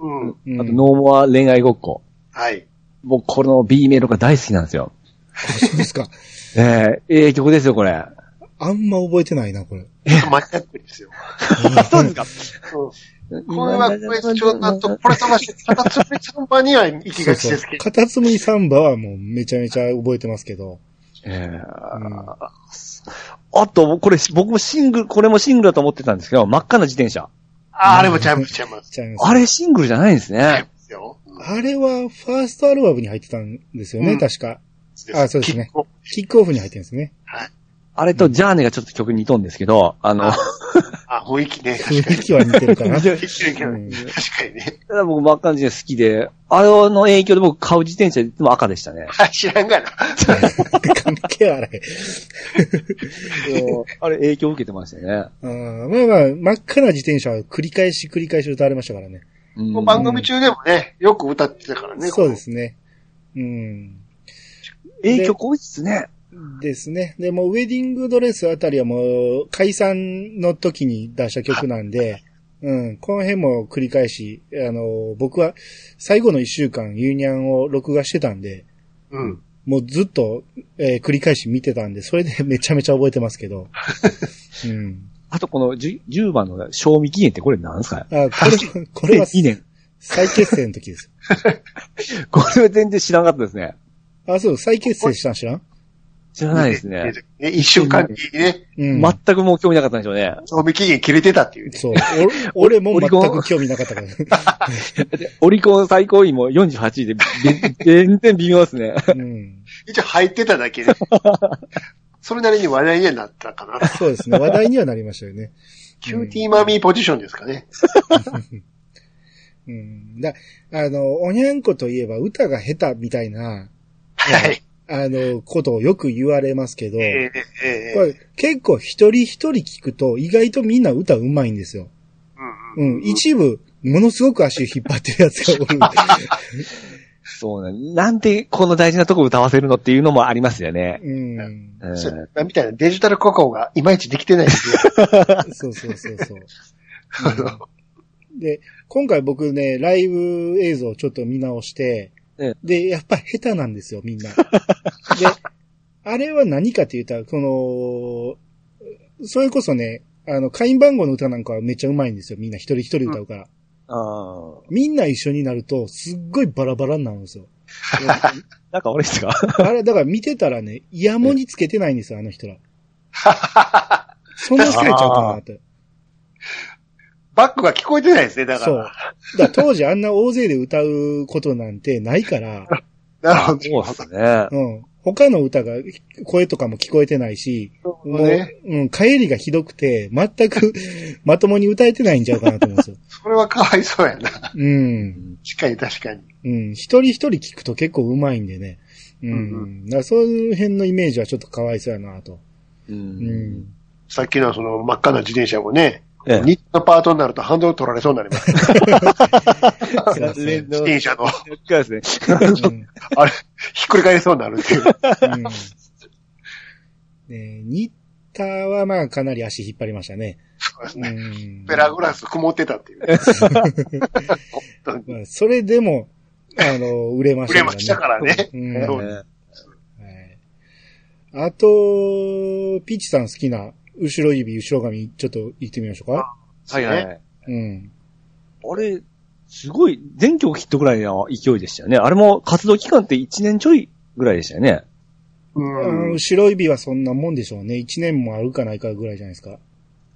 うん。うん、あと、ノーモア恋愛ごっこ。はい。僕、この B メロが大好きなんですよ。そうですか。ええ、ええ曲ですよ、これ。あんま覚えてないな、これ。マニアックですよ。そうですかうん。 これはクエスチョンだと、これ探して、ただつめちゃんばには行きがちですけど。カタツムリサンバはもうめちゃめちゃ覚えてますけど。ええあと、これ、僕もシングル、これもシングルだと思ってたんですけど、真っ赤な自転車。あ、あれもちゃいます、ちゃいます。ちゃいますあれシングルじゃないんですちゃいね。ますよ。うんあれはファーストアルバムに入ってたんですよね、うん確か。あそうですね。キックオフに入ってるんですね。あれとジャーネがちょっと曲に似とんですけど、あの、あ、雰囲気ね。確か雰囲気は似てるかな。に。一緒に行けないうん 確かにね。 ただ僕真っ赤な自転車好きで、あれの影響で僕買う自転車いつも赤でした ね。あ知らんがな。関係あれ。あれ影響受けてましたね。あーまあまあ、真っ赤な自転車は繰り返し繰り返し歌われましたからね。うんもう番組中でもね、よく歌ってたからね。そうですね。うん。影響多いっすね。ですね。で、もうウェディングドレスあたりはもう解散の時に出した曲なんで、うん、この辺も繰り返し、あの、僕は最後の一週間ユーニャンを録画してたんで、こう。うん。もうずっと、えー繰り返し見てたんで、それでめちゃめちゃ覚えてますけど。うん。あとこの 10, 10番の賞味期限ってこれ何ですかあ、これ、 これは2年。再結成の時 です。これは全然知らなかったですね。あ、そう、再結成したん知らん知らないですね。ね一週間にね、うん。全くもう興味なかったんでしょうね。賞味期限切れてたっていうね。そう。お俺も全く興味なかったから。オリコン最高位も48位で、 べ全然微妙ですね。うん。一応入ってた だけで。それなりに話題にはなったかな。そうですね。話題にはなりましたよね。キューティーマミーポジションですかね。うん。だ、あの、おにゃんこといえば歌が下手みたいな、はい。あの、ことをよく言われますけど、ええええこれ結構一人一人聞くと意外とみんな歌うまいんですよ。うんうん。一部、ものすごく足を引っ張ってるやつがおる。 そうね。なんでこの大事なとこ歌わせるのっていうのもありますよね。うん。うんそうみたいなデジタルココがいまいちできてないんで。 そうそうそうそう。うんで、今回僕ね、ライブ映像をちょっと見直してええ、で、やっぱ下手なんですよ、みんな。で、あれは何かって言ったら、この、それこそね、あの、会員番号の歌なんかはめっちゃうまいんですよ。みんな一人一人歌うから。ああ。みんな一緒になると、すっごいバラバラになるんですよ。なんか悪いですかあれ、だから見てたらね、イヤモニつけてないんですよ、あの人ら。そんな疲れちゃうかなって。バックが聞こえてないですね、だかそう。だら。から当時あんな大勢で歌うことなんてない から、なるほど。そうですね。うん。他の歌が、声とかも聞こえてないし、もう、ねうん、帰りがひどくて、全く まともに歌えてないんちゃうかなと思うん ですよ。それはかわいそうやな。確うん。かに確かに。うん。一人一人聞くと結構うまいんでね。うん。うんだうからそういう辺のイメージはちょっとかわいそうやなと。う。うんん。さっきのその真っ赤な自転車もね、ええニットのパートになるとハンドル取られそうになります。自そうそう連 動転車の。ですね。うんあれ、ひっくり返りそうになる っていう。 うんねニッターはまあかなり足引っ張りましたね。そうですうね。ん。ペラグラス曇ってたっていう。本当にまあそれでも、あ の、売れまし売たれからまね。したからね。うんそうえはいあと、ピーチさん好きな後ろ指、後ろ髪、ちょっと言ってみましょうか。えはいはい。うん。あれ、すごい、全曲ヒットぐらいの勢いでしたよね。あれも活動期間って1年ちょいぐらいでしたよね。うん。後ろ指はそんなもんでしょうね。1年もあるかないかぐらいじゃないですか。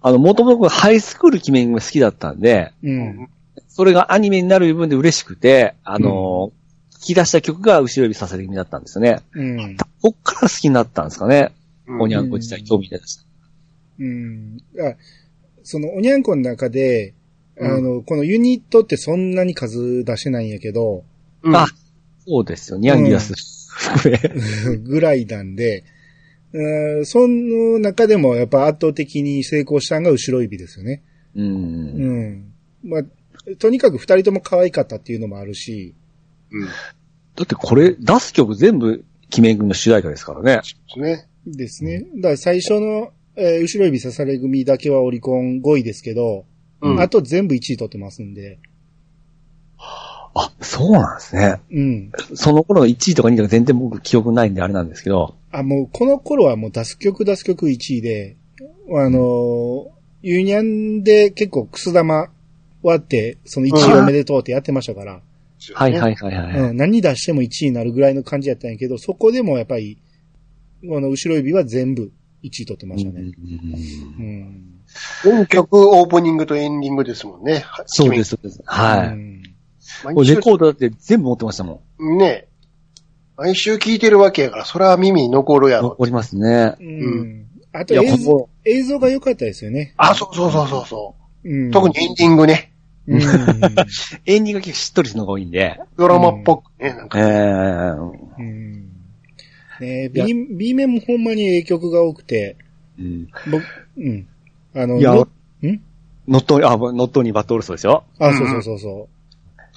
あの、もともとハイスクール決めが好きだったんで、うん。それがアニメになる部分で嬉しくて、あの、聞き出した曲が後ろ指させる意味だったんですよね。うん。こっから好きになったんですかね。うんおにゃんこ自体興味出した。うん。あ、その、おにゃんこの中で、あの、このユニットってそんなに数出してないんやけど、うんあそうですよ、ニャンギアス。含めぐらいなんで、うん、その中でもやっぱ圧倒的に成功したのが後ろ指ですよね。う。うんん。まあ、とにかく二人とも可愛かったっていうのもあるし、うん。でだってこれ、出す曲全部、鬼面組の主題歌ですからね。すね。ですね。だから最初の、えー後ろ指刺され組だけはオリコン5位ですけど、うん。あと全部1位取ってますんで、あ、そうなんですね。うん。その頃の1位とか2位とか全然僕記憶ないんであれなんですけど。あ、もうこの頃はもう出す曲出す曲1位で、あのーユニャンで結構くす玉割って、その1位おめでとうってやってましたから、はいはいいはいはい。うん、何出しても1位になるぐらいの感じやったんやけど、そこでもやっぱり、この後ろ指は全部1位取ってましたね。うん全曲オープニングとエンディングですもんね。そうです、そうです。はうい。ん毎これ週レコードだって全部持ってましたもん。ね毎週聞いてるわけやから、それは耳に残るやろ。残りますね。うん。あといや、映像、こ映像が良かったですよね。あ、そうそうそうそうそう。うん、特にエンディングね。うん。 こ、エンディングが結構しっとりするのが多いんで。ドラマっぽくね、なんえか。ーうん。ねえ B, B 面もほんまに影曲が多くて、うん。僕、うん。あの、いやのんノットに、あ、ノットにバットオルソーでしょあ、そうそうそうそ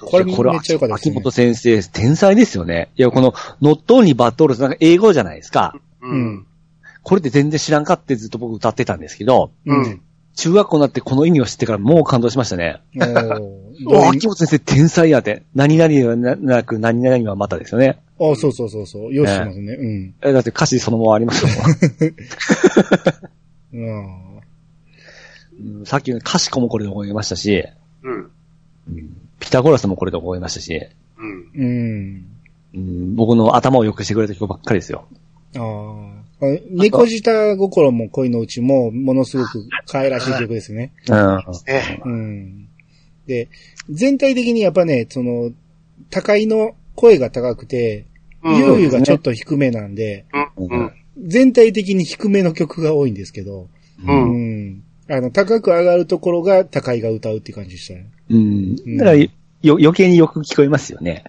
う。ここれれめこれっちゃ良かったです秋ね元先生、天才ですよね。いや、この、ノットにバットオルソーなんか英語じゃないですか。ううんん。これって全然知らんかってずっと僕歌ってたんですけど、ううんん。。中学校になってこの意味を知ってからもう感動しましたね。お ーお秋元先生天才やって。何々はななく、何々はまたですよね。あ、そうそうそうそう。よしますね。うん。えだって歌詞そのままありますもん。うんうんさっきのカシコもこれで覚えましたし、うん。ピタゴラスもこれで覚えましたし、うん。うん。うん僕の頭を良くしてくれた曲ばっかりですよ。ああ。猫舌心も恋のうちも、ものすごく可愛らしい曲ですね。うん。ねうん。で、全体的にやっぱね、その、高いの声が高くて、うんゆうゆうがちょっと低めなんで、うん。うん。全体的に低めの曲が多いんですけど、う。うんん。あの、高く上がるところが高いが歌うって感じでしたね。うん。だから、よ、余計によく聞こえますよね。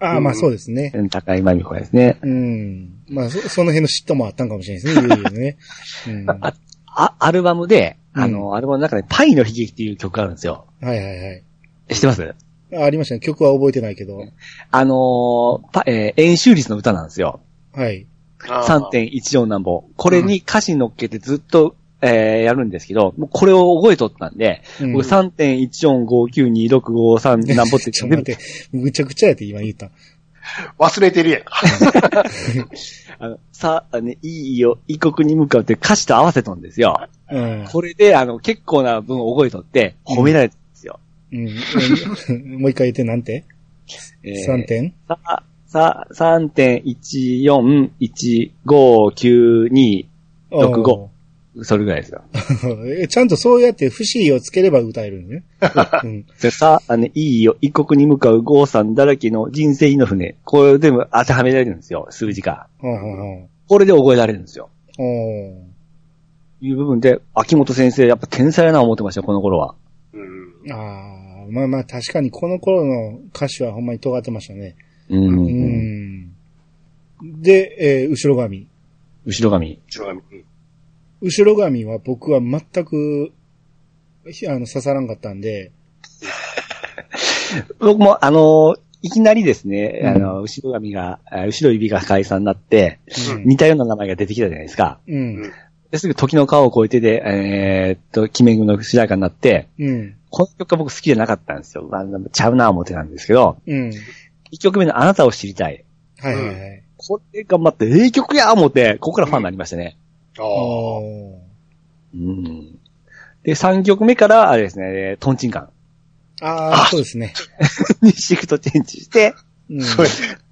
ああ、うんまあそうですね。うん高井真美子ですね。うん。まあそ、その辺の嫉妬もあったんかもしれないですね、ゆうゆうね。 うん。はあ、あアルバムで、うんあの、アルバムの中でパイの悲劇っていう曲があるんですよ。いはいはい。知ってますあありましたね。曲は覚えてないけど。あのーパ、えー演習率の歌なんですよ。はい。あー3.14なんぼ。これに歌詞に乗っけてずっと、えーやるんですけど、もうこれを覚えとったんで、うん僕3.14592653なんぼっ てちょっと待って、むちゃくちゃやって今言った。忘れてるやん。あの、さ、あね、いいよ、異国に向かうって歌詞と合わせとんですよ。うん。これで、あの、結構な文を覚えとって、褒められたんですよ。うん、 もう一回言ってなんてえー ?3 点さ、さ、3.141592、65。それぐらいですよ。 えちゃんとそうやって不思議をつければ歌えるん ね。うん。でさ、あの、いいよ、異国に向かう郷さんだらけの人生の船。これを全部当てはめられるんですよ、数字が。はあはこれで覚えられるんですよ。あはいう部分で、秋元先生、やっぱ天才やな思ってましたよ、この頃は。うんあ。ああ、まあまあ確かにこの頃の歌詞はほんまに尖ってましたね。うん。ううん、ん。で、えー後ろ髪。後ろ髪。ちなみに後ろ髪は僕は全く、ひあの、刺さらんかったん で、僕も、あの、いきなりですね、うんあの、後ろ髪が、あ後ろ指が解散になって、うん似たような名前が出てきたじゃないですか。うん。ですぐ時の川を越えてで、えーっと、キメングの主題歌になって、うん。この曲が僕好きじゃなかったんですよ。あのちゃうな思ってたんですけど、うん。 1曲目のあなたを知りたい。はいはいはい。これ頑張って、ええ曲や思って、ここからファンになりましたね。あああ。うん。で、3曲目から、あれですね、トンチンカ ンあ。ああ、そうですね。にシフトチェンジして、うん。そうや。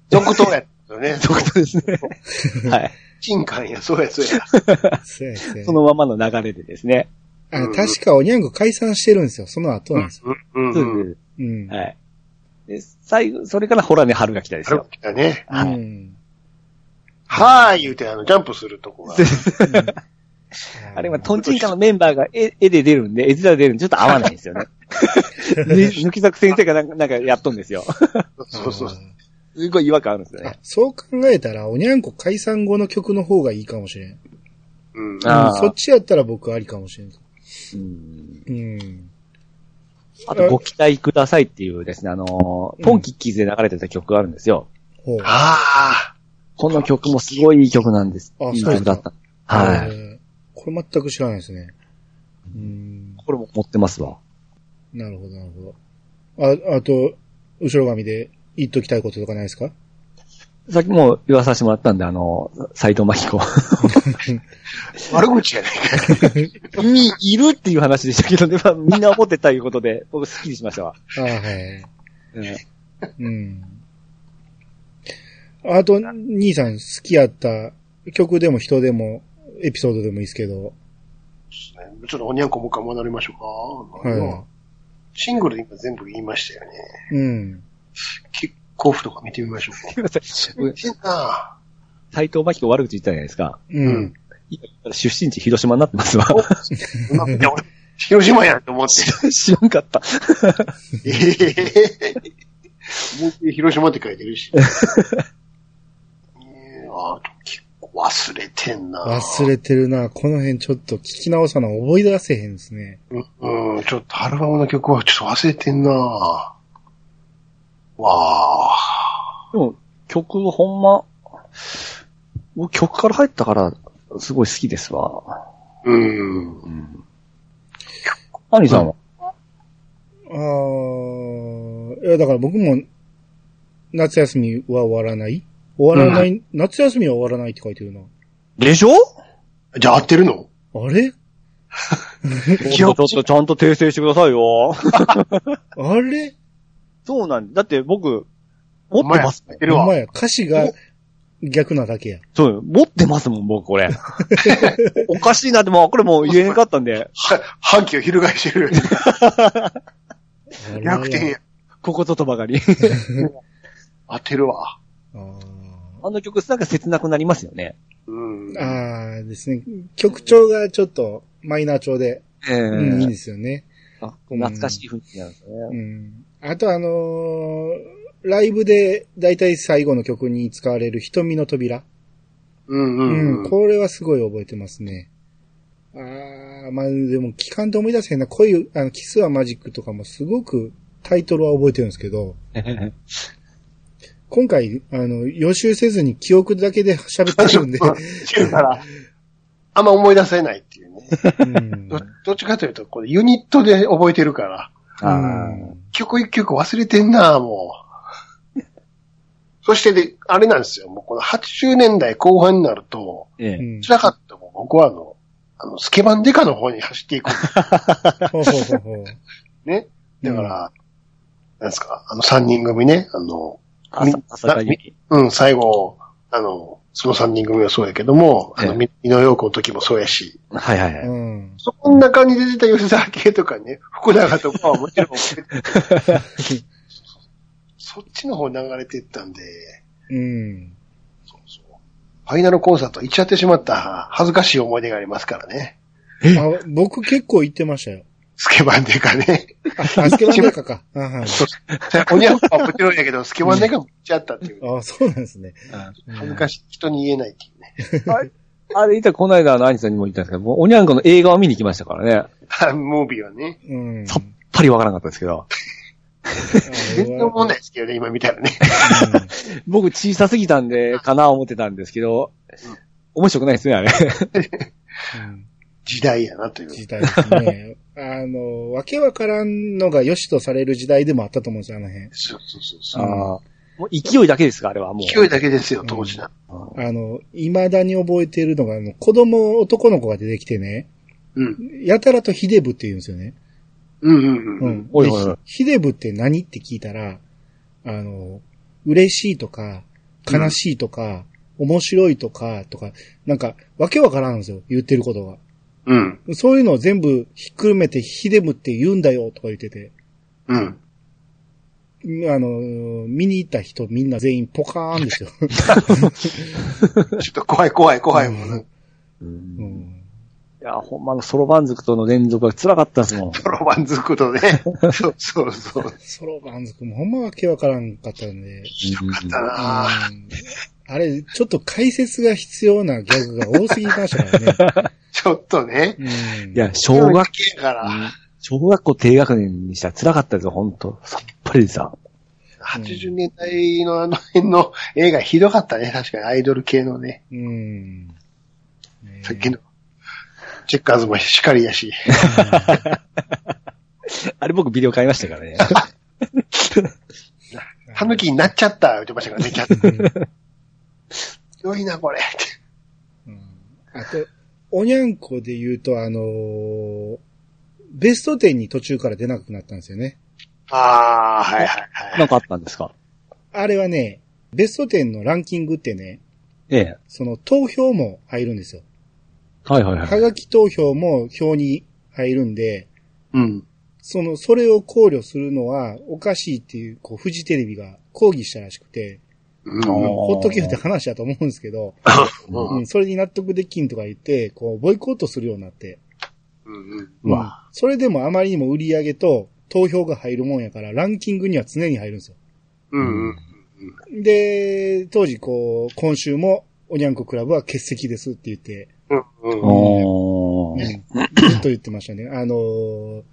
続投やったよね。そういうことですね。 はい。進感や、そうや、そうや。そうやそうやそのままの流れでですね。あの確かおにゃんこ解散してるんですよ。その後なんですよ。うんそううんうん。ですうん。はい。で、最後、それからホラーに春が来たです春よが。来たね。うはい。ん。はーい言うて、あの、ジャンプするとこが。あれはトンチンカンのメンバーが絵絵で出るんで、絵面で出るんで、ちょっと合わないんですよね。ね抜き作先生がなんかなんかやっとんですよ。そうそうそう。すごい違和感あるんですよね。そう考えたら、おにゃんこ解散後の曲の方がいいかもしれん。うんうん。あーそっちやったら僕ありかもしれん。うんうん。あと、ご期待くださいっていうですね、あのー、ポンキッキーズで流れてた曲があるんですよ。ほう。ああ。この曲もすごいいい曲なんです。あいいそうですか曲だった。はい。い。これ全く知らないですね。うん。これも持ってますわ。なるほど、なるほど。あ、あと、後ろ髪で言っときたいこととかないですかさっきもう言わさせてもらったんで、あのー、斎藤真紀子。悪口やないか。にいるっていう話でしたけどね、まあ、 みんな思ってたということで、僕スッキリしましたわ。ああ、はい。うんうん。あと、兄さん好きやった曲でも人でもエピソードでもいいですけど。ちょっとおにゃんこもう一回戻りましょうか。はシングルで今全部言いましたよね。い。うん。キックオフとか見てみましょうか。すいません。いいな斎藤真紀子悪口言ったじゃないですか。うん。出身地広島になってますわ。 ぁ。なんで俺広島やんと思 って。知らんかった。ええ思いっきり広島って書いて るし。ええあと結構忘れてんな忘れてるな。この辺ちょっと聞き直さな思い出せへんですね。うん、ちょっとアルバムの曲はちょっと忘れてんなわあ。でも、曲ほんま、僕曲から入ったから、すごい好きですわ。うん。アニさんは、あー、いやだから僕も夏休みは終わらない終わらない、夏休みは終わらないって書いてるな。でしょじゃあ合ってるのあれちょっとちゃんと訂正してくださいよ。あれ そうなんだって僕、持ってますおね前合っ。てるおわ。前や、歌詞が逆なだけや。そうよ、持ってますもん、僕、これ。 おかしいなって、もう、これもう言えなかったんで、は反 旗を翻してる。あれ逆転や。 ここぞとばかり。合ってるわ。ああの曲、なんか切なくなりますよね。うん。ーあーですね。曲調がちょっとマイナー調で、ええうん、いいんですよね。懐かしい雰囲気なんですようね。ん。あとあのーライブでだいたい最後の曲に使われる瞳の扉。うんううんん、うん。これはすごい覚えてますね。あー、まあでも、期間で思い出せへんな。恋、あの、キスはマジックとかもすごくタイトルは覚えてるんですけど、今回、あの、予習せずに記憶だけで喋って るんで、だから、あんま思い出せないっていうね。うんどどっちかというと、これユニットで覚えてるから、あー 曲一曲忘れてんな、もそしてで、あれなんですよ。もうこの80年代後半になると、ええ。うん。辛かったもん僕はあの、あの、スケバンデカの方に走っていくんですほうほうほうほう。ね。だから、なんですか、あの3人組ね、あの、み朝、朝会議。うん、最後、あの、その3人組はそうやけども、あの、ええミミノヨークの時もそうやし、はいはいはい。うん。そんな感じで出てた吉沢系とかね、 福永とかはもち ろん、そっちの方流れていったんで、うん。ファイナルコンサート行っちゃってしまった恥ずかしい思い出がありますからね。あ僕結構行ってましたよ。スケバンデカ ね。あ、あスケバンデカか。あはいおにゃんこはもちろんやけど、スケバンデカも行っちゃったっていう。あそうなんですね。恥ずかしい。人に言えないっていうね。あれ、いたこの間、何さんにも言ったんですけど、もうおにゃんこの映画を見に来ましたからね。やっあムービーはね。うん。ぱりわからなかったですけど。全然思わね。ないですけどね、今見たらね。僕小さすぎたんで、かな思ってたんですけどうん、面白くないですね、あれ。うん時代やなという。時代ですね。あの、わけわからんのが良しとされる時代でもあったと思うんですよ、あの辺。そうそうそうあーそう。もう勢いだけですか、あれはもう。勢いだけですよ、当時な。あの、未だに覚えているのが、あの、子供、男の子が出てきてね、うん。やたらとヒデブって言うんですよね。うんうんう。うんん。おいでおいおい、ヒデブって何って聞いたら、あの、嬉しいとか、悲しいとか、面白いとか、とか、なんか、わけわからんんですよ、言ってることが。うん。そういうのを全部ひっくるめてヒデブって言うんだよ、とか言ってて。うん。あの、見に行った人みんな全員ポカーン ですよ。ちょっと怖い怖い怖いもんな。ううんんいや、ほんまのソロバンズクとの連続が辛かったですもん。トロバンズク とね。そうそうそう。ソロバンズくんもほんまわけわからんかったんで。ひどかったなぁ。うんあれ、ちょっと解説が必要なギャグが多すぎましたから ちょっとね。ね。いや、小学、系から、小学校低学年にしたら辛かったですよ、ほんと。さっぱりでさ。 80年代のあの辺の映画ひどかったね。確かにアイドル系のね。うん。うん。ねえさっきの。チェッカーズもしかりやし。あれ僕ビデオ買いましたからね。タヌキになっちゃった、言ってました からね、キャッツ。ひどいな、これ。うんあと、おにゃんこで言うと、あのーベスト10に途中から出なくなったんですよね。ああ、はいはいは い。なんかあったんですかあれはね、ベスト10のランキングってね、ええ。その投票も入るんですよ。はいはいは。はいがき投票も票に入るんで、うん。その、それを考慮するのはおかしいっていう、こう、フジテレビが抗議したらしくて、うんほっとけよって話だと思うんですけど、ううんん、それに納得できんとか言って、こう、ボイコットするようになって、うんうわ。うんそれでもあまりにも売り上げと投票が入るもんやから、ランキングには常に入るんですよ。うんうん。で、当時こう、今週も、おにゃんこクラブは欠席ですって言って、うんうん。おうん、ずー。っと言ってましたね。あのー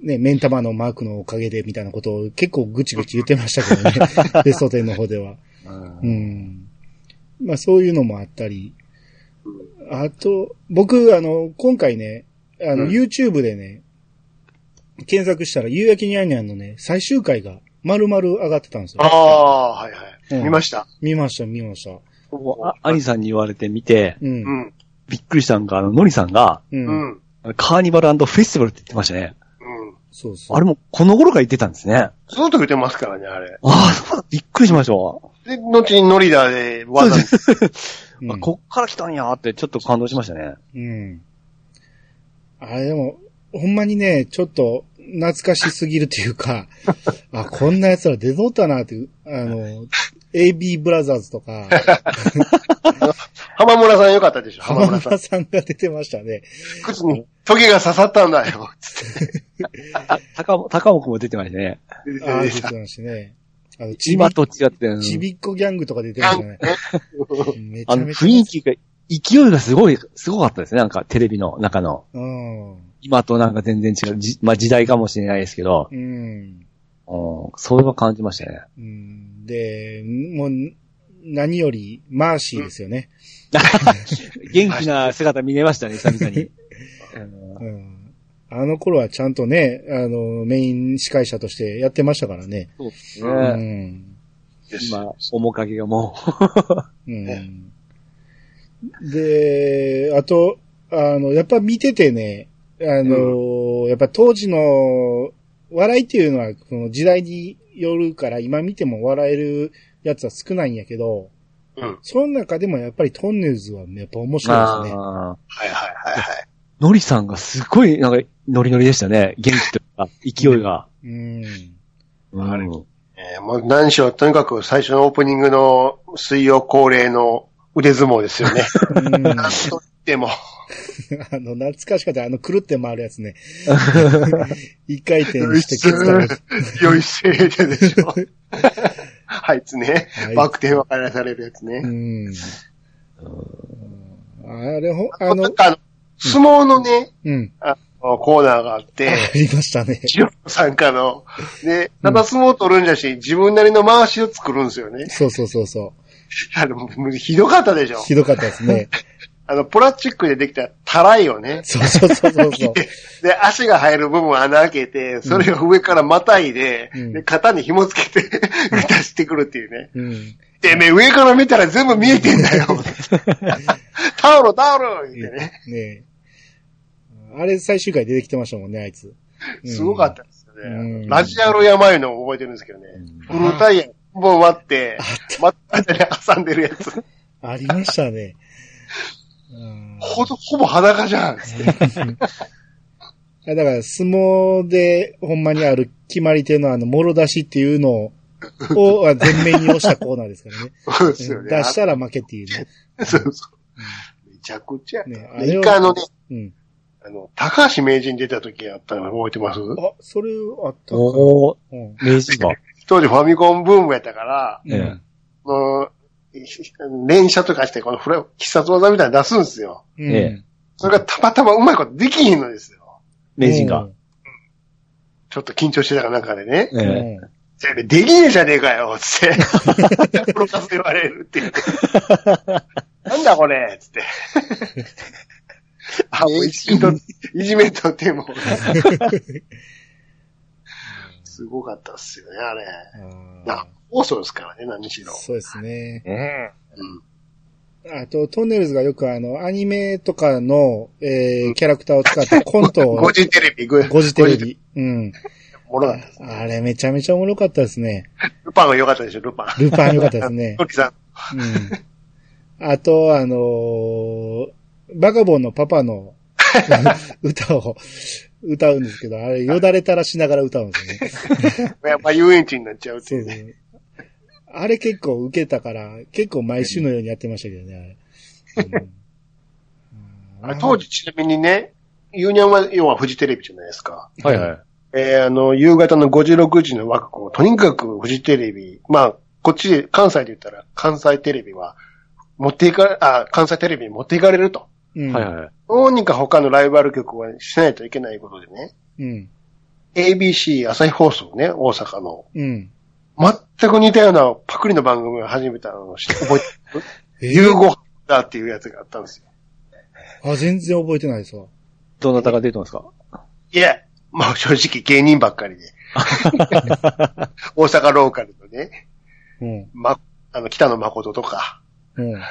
ね、目ん玉のマークのおかげでみたいなことを結構ぐちぐち言ってましたけどね。ベスト10の方では。うん。まあそういうのもあったり。あと、僕、あの、今回ね、あの、うん YouTube でね、検索したら、夕焼けにゃんにゃんのね、最終回が、丸々上がってたんですあよ。あ、はいはうんい。見ました。見ました、見ました。あ兄さんに言われてみて、う。うんん。びっくりしたんが、あの、のりさんが、う。うんん。カーニバルフェスティバルって言ってましたね。うん。そうそう。あれもこの頃から言ってたんですね。あずっと言ってますからね、あれ。あ、そうだびっくりしましたわ。で、後にノリダーでわざそうんあこっから来たんやーってちょっと感動しましたね。うん。あれでも、ほんまにね、ちょっと懐かしすぎるという か、あ、こんな奴ら出とったなっていう、あの、AB ブラザーズと か、浜村さんよかったでしょ、浜浜村さ村ん。さんが出てましたね。靴にトゲが刺さったんだよ。あ、高尾、高尾くんも出てましたね。ああ、出てましたね。あの、ちび今、と違って、うんちびっこギャングとか出てましたね。めちあゃのめちゃ。雰囲。気が、勢いがすごい、すごかったですね。なんかテレビの中の。うん。今となんか全然違う。じまあ時代かもしれないですけど、うん。うん、それは感じましたね。うんで、もう、何より、マーシーですよね。元気な姿見れましたね、久 々に。うんうん。あの頃はちゃんとね、あの、メイン司会者としてやってましたからね。そうですうね。ん です。今、面影がもうん。で、あと、あの、やっぱ見ててね、あの、やっぱ当時の笑いっていうのは、この時代によるから、今見ても笑えるやつは少ないんやけど、うん。その中でもやっぱりトンネルズはね、やっぱ面う、白いですね。あはいはいはいはい。ーのりさんがすごい、なんか、ノリノリでしたね。元気というか、勢いが。うん。うんあれえーもう何しろ、とにかく最初のオープニングの水曜恒例の腕相撲ですよね。うん なんと言っても、あの、懐かしかった。あの、狂って回るやつ ね。一回転してケツ叩く酔いしれてでしょ。あいつねあいつ、バック転分からされるやつうね。ん。あれ、ほ、ああのの、、相撲のね、うん。あのコーナーがあっあ て、りましたね。ジローさんかの、で、ただ相撲を取るんじゃし、自分なりの回しを作るんですよね。 そうそうそうそあの、もうひどかったでしう。ょ。ひどかったですね。あの、プラスチックでできたタライをね、そうそうそうそう そう。で、足が入る部分穴開けて、それを上からまたいで、うんで、肩に紐つけて、出してくるっていうね。うん。てめえ、上から見たら全部見えてん だよ。タオル、タオル言ってね。ねえあれ、最終回出てきてましたもんね、あいつ。うんすごかったですようんね。ラジアル山いのを覚えてるんですけどね。フルタイヤ、もう割って、またね、挟んでるやつ。ありましたね。うんほと、ほぼ裸じゃん。だから、相撲で、ほんまにある決まり手のあの、もろ出しっていうの を、をあ全面に押したコーナーですからね。そうで出すよね。したら負けっていうね。あそうそう。めちゃくちゃ。ねあれ一を回あのね、うん。あの、高橋名人出た時あったの覚えてますあ、それあったかな。おうー、ん。名人が。当時ファミコンブームやったから、ええもう、連射とかして、このフラ、必殺技みたいなの出すんですよ。うんええそれがたまたまうまいことできひんのですよ。名人が。。ちょっと緊張してた中でね。うんええうてめえできねえじゃねえかよつって。プ ロカス言われるっていう。なんだこれつ って。あ、もういじめと、いじめとっても。すごかったっすよね、あれ。んあな、放送ですからね、何しーろ。そうですね。うん。あと、トンネルズがよくあの、アニメとかの、えー、キャラクターを使 ったコントを、 5時テレビ、ごごじテレ。ビ。うん。おもろかったです。あれ、めちゃめちゃおもろかったですね。ルパンが良かったでしょ、ルパン。ルパン良かったです ねト。リさん。うん。あと、あのーバカボンのパパ の歌を歌うんですけど、あれ、よだれたらしながら歌うん ですよね。やっぱ遊園地になっちゃうってそいううね。そう。あれ結構受けたから、結構毎週のようにやってましたけどね、あれ。うん あれ当時ちなみにね、ユーニョンは、要はフジテレビじゃないですか。はいはい。えーあの、夕方の5時、6時の枠を、とにかくフジテレビ、まあ、こっちで、関西で言ったら、関西テレビは、持っていか、あ、関西テレビに持っていかれると。うん。はいはい。どうにか他のライバル局はしないといけないことでね、うん。 ABC、朝日放送ね、大阪の、うん。全く似たようなパクリの番組を始めたのを知って覚えてる えー夕ご飯だっていうやつがあったんですよ。あ、全然覚えてないですわ。どなたが出てますかいや、まあ正直芸人ばっかりで。 大阪ローカルのね、うん。ま、あの、北野誠とか、うん。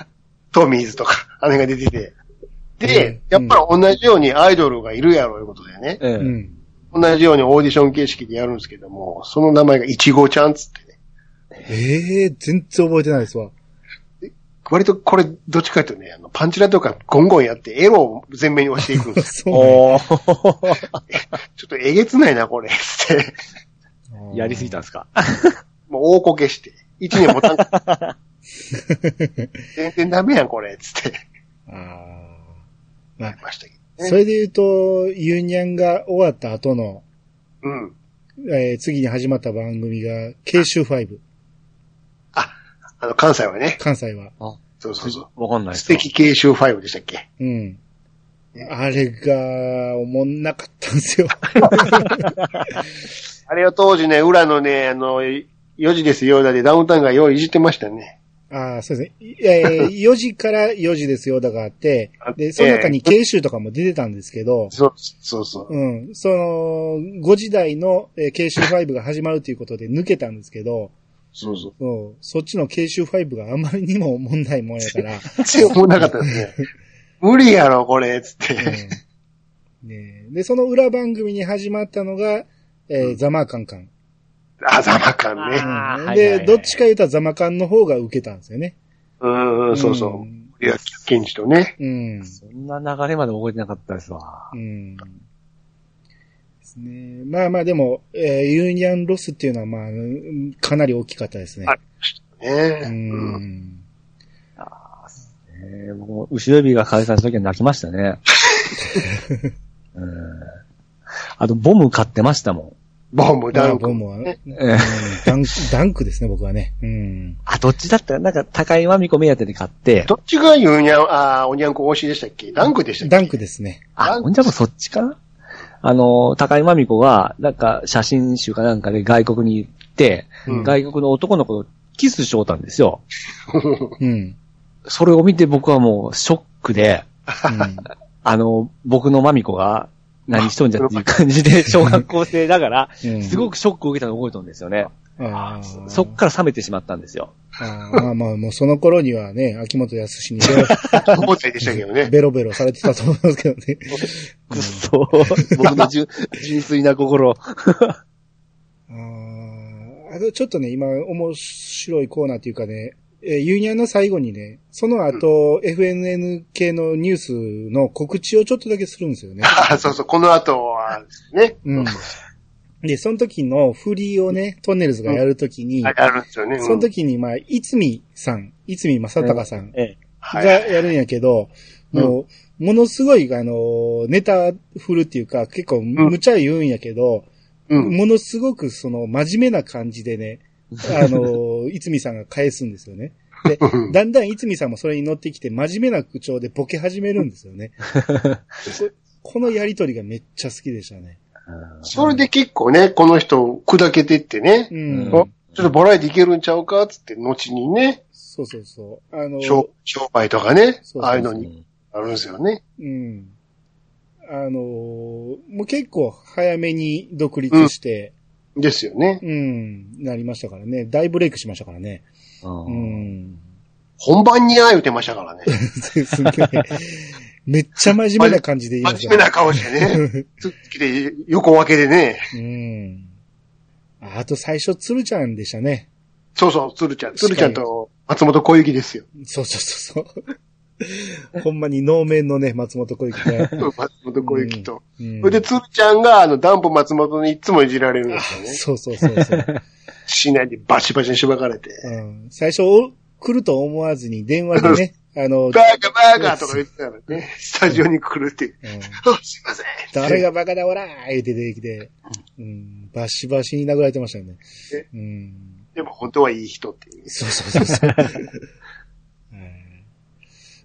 トミーズとか、あれが出てて。で、うんやっぱり同じようにアイドルがいるやろういうことでね、ええうん。同じようにオーディション形式でやるんですけども、その名前がイチゴちゃんっつってね。ええ全然覚えてないですわ。 割とこれ、どっちかというとね、あの、パンチラとかゴンゴンやってエロを全面に押していくんですそおー。ちょっとえげつないな、これ、つって。うね やりすぎたんですかもう大こけして。一年もたん。全然ダメやん、これ、つって。 あー言いましたけどねそれで言うと、ユーニャンが終わった後の、うん。えー次に始まった番組が、慶州5、あの、関西はね。関西は。そうそうそう。わかんないです素。敵継承ファイブでしたっけうん。あれが、おもんなかったんですよ。 あれは当時ね、裏のね、あの、4時ですよ、だでダウンタウンがよういじってましたね。ああ、そうですね。 えー、4時から4時ですよ、だがあってあっ、てで、その中に慶州とかも出てたんですけど、そう、そうそう。うん。その、5時台の、えー、慶州5が始まるということで抜けたんですけど、そうそう。そう。そっちの慶州5があまりにも問題もんやから。強くもなかった ですね。無理やろ、これ、つって。うんねえで、その裏番組に始まったのが、えーザマーカンカン。あざま感ね。あーうんはいはいで、はいどっちか言うたらザマカンの方が受けたんですよね。うんうん、そうそう。んいや、検事とね。うん。そんな流れまで覚えてなかったですわ。うん。ですね。まあまあでも、えーユーニアンロスっていうのはまあ、うんかなり大きかったですね。あねううん。ん。えー、僕も後ろ指が解散した時は泣きました ね。うんあと、ボム買ってましたもボム、まダあンク。ボムは、うんねん。えーダンク、 ダンクですね、僕はね。うん。あ、どっちだったなんか、高いは見込み当てで買って、どっちがユーニャン、あーおにゃんこ推しでしたっけダンクでしたっけダンクですね。あ、ほんじゃもうそっちかなあの、高井真美子が、なんか写真集かなんかで外国に行って、うん外国の男の子とキスしようたんですよ。うん。うんそれを見て僕はもうショックで、あの、僕の真美子が何しとんじゃっていう感じで、小学校生だから、うんすごくショックを受けたのを覚えとんですよね。あーそっから冷めてしまったんですよ。あーまあまあ、もうその頃にはね、秋元康にベ交代でしたけどロ ね。ベロベロされてたと思いますけどね。 くっそー 僕の純純粋な心。あーあとちょっとね、今面白いコーナーというかね、えーユーニャンの最後にね、その後、FNN 系のニュースの告知をちょっとだけするんですよね。あー そうそう、この後はですね。 うん。で、その時のフリーをね、トンネルズがやるときに、ああるんですよね。うんその時に、まあ、いつみさん、いつみまさたかさんええがはいやるんやけど、もう、ものすごい、あの、ネタ振るっていうか、結構、無茶言うんやけど、うん。ものすごく、その、真面目な感じでね、あ の、いつみさんが返すんですよね。で、だんだんいつみさんもそれに乗ってきて、真面目な口調でボケ始めるんですよ ね。このやりとりがめっちゃ好きでしたね。それで結構ね、この人砕けてってね。うん。うんおちょっとボラエティいけるんちゃうかっつって、後にね、そうそうそう。あの、商商売とかそ、ねうそうそうああいうのにあるんですよね。うん。あのーもう結構早めに独立して、ですよね。うん、なりましたからね。大ブレイクしましたからね。ううんん。 本番にああ言ってましたからね。ですね。めっちゃ真面目な感じで 言いました真面目な顔してね。つっつきで、横分けでね。うん。ああと最初、鶴ちゃんでしたね。そうそう、鶴ちゃん。鶴ちゃんと松本小雪ですよ。そうそうそうそう。ほんまに能面のね、松本小雪ね。松本小雪と。うんそれで、鶴ちゃんが、あの、ダンプ松本にいつもいじられるんですよね。そうそうそうそう。市内でバシバシにしばかれて。うん、最初、お来ると思わずに電話でね、あの、バーガーバーガーとか言ってたらね、スタジオに来るっていう。うんあ、すいません。誰がバカだおらー言って出てきて、うん、バシバシに殴られてましたよね。うん、でも本当はいい人っていう。そうそうそう そう。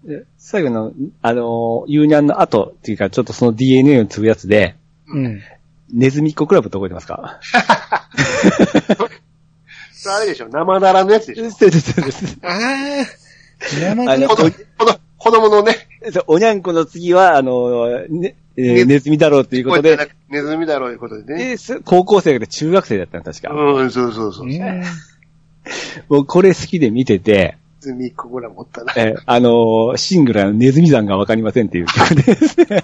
で最後の、あのー、ユーニャンの後っていうか、ちょっとその DNA を継ぐやつで、うん。ネズミっ子クラブって覚えてますかそれあれでしょ生ならのやつでしょそうですそうですあー、生あの子供子供子供のね、そう おにゃんこの次は、あのー、ね、えーねネズミだろうっていうこことうやっでてな、くネズミだろういうことでね。で、す高校生で中学生だったの、確か。うん、そうそうそう。ネね。もうこれ好きで見てて、ズミここら持ったな。えーあのー、シングルのネズミ山がわかりませんっていう曲ですね。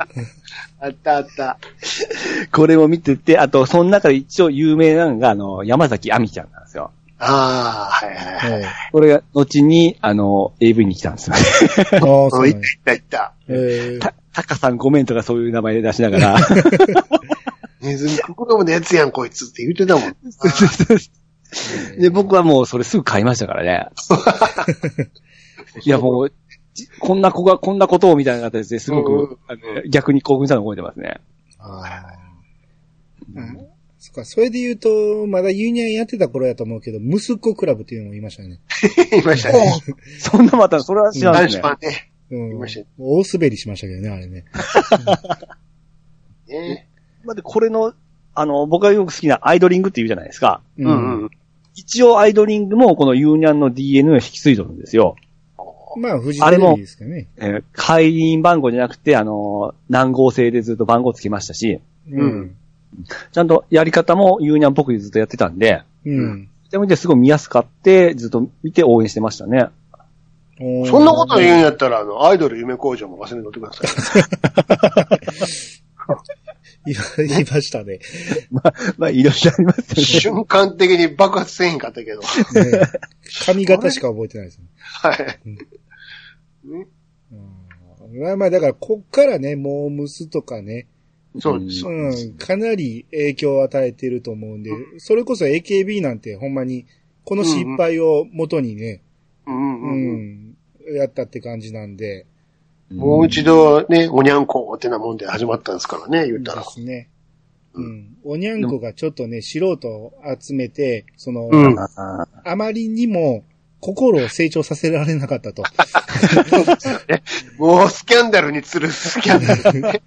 あったあった。 これを見てて、あと、その中で一応有名なのが、あのー、山崎亜美ちゃんなんですよ。ああ、はいはいはい。はい。あこれが、後に、あのー、AV に来たんですよね。あ、そ、そうう いなんっやたいったいった。えー た、たかさんごめんとかそういう名前で出しなが ら。ネズミここらものやつやん、こいつって言ってたもん。で、僕はもうそれすぐ買いましたから ね。いや、もう、じこんな子がこんなことをみたいな形ですごうんく、あの逆に興奮したの覚えてますね。あそっか、それで言うと、まだユニアンやってた頃やと思うけど、息子クラブっていうのもいましたね。いましたね。そんなまた、それは知らない男ですね。子版ね。うん。いましたね大滑りしましたけどね、あれね。ねまあでこれの、あの、僕がよく好きなアイドリングって言うじゃないですか。ううんうん。一応アイドリングもこのユーニャンの DNA を引き継いでるんですよ。まあ、フジテレビですかね。えー会員番号じゃなくて、あの、何号制でずっと番号つけましたし、うん。ちゃんとやり方もユーニャンっぽくずっとやってたんで、うん。てもですごい見やすかって、ずっと見て応援してましたね。そんなこと言うんうやったら、あの、アイドル夢工場も忘れとってください。言い言いましたね。まあ、いろいろありますよね。瞬間的に爆発せえへんかったけど。ね 髪型しか覚えてないですね。はい。うんまあまあ、だから、こっからね、モームスとかね、そううんそううですん、かなり影響を与えてると思うんで、それこそ AKB なんてほんまに、この失敗を元にね、うんううんうんん、やったって感じなんで、もう一度ね、おにゃんこってなもんで始まったんですからね、言ったでら。すね。う。うんおにゃんこがちょっとね、素人を集めて、その、うん。あー。あまりにも心を成長させられなか ったと。もうスキャンダルに釣るスキャンダル。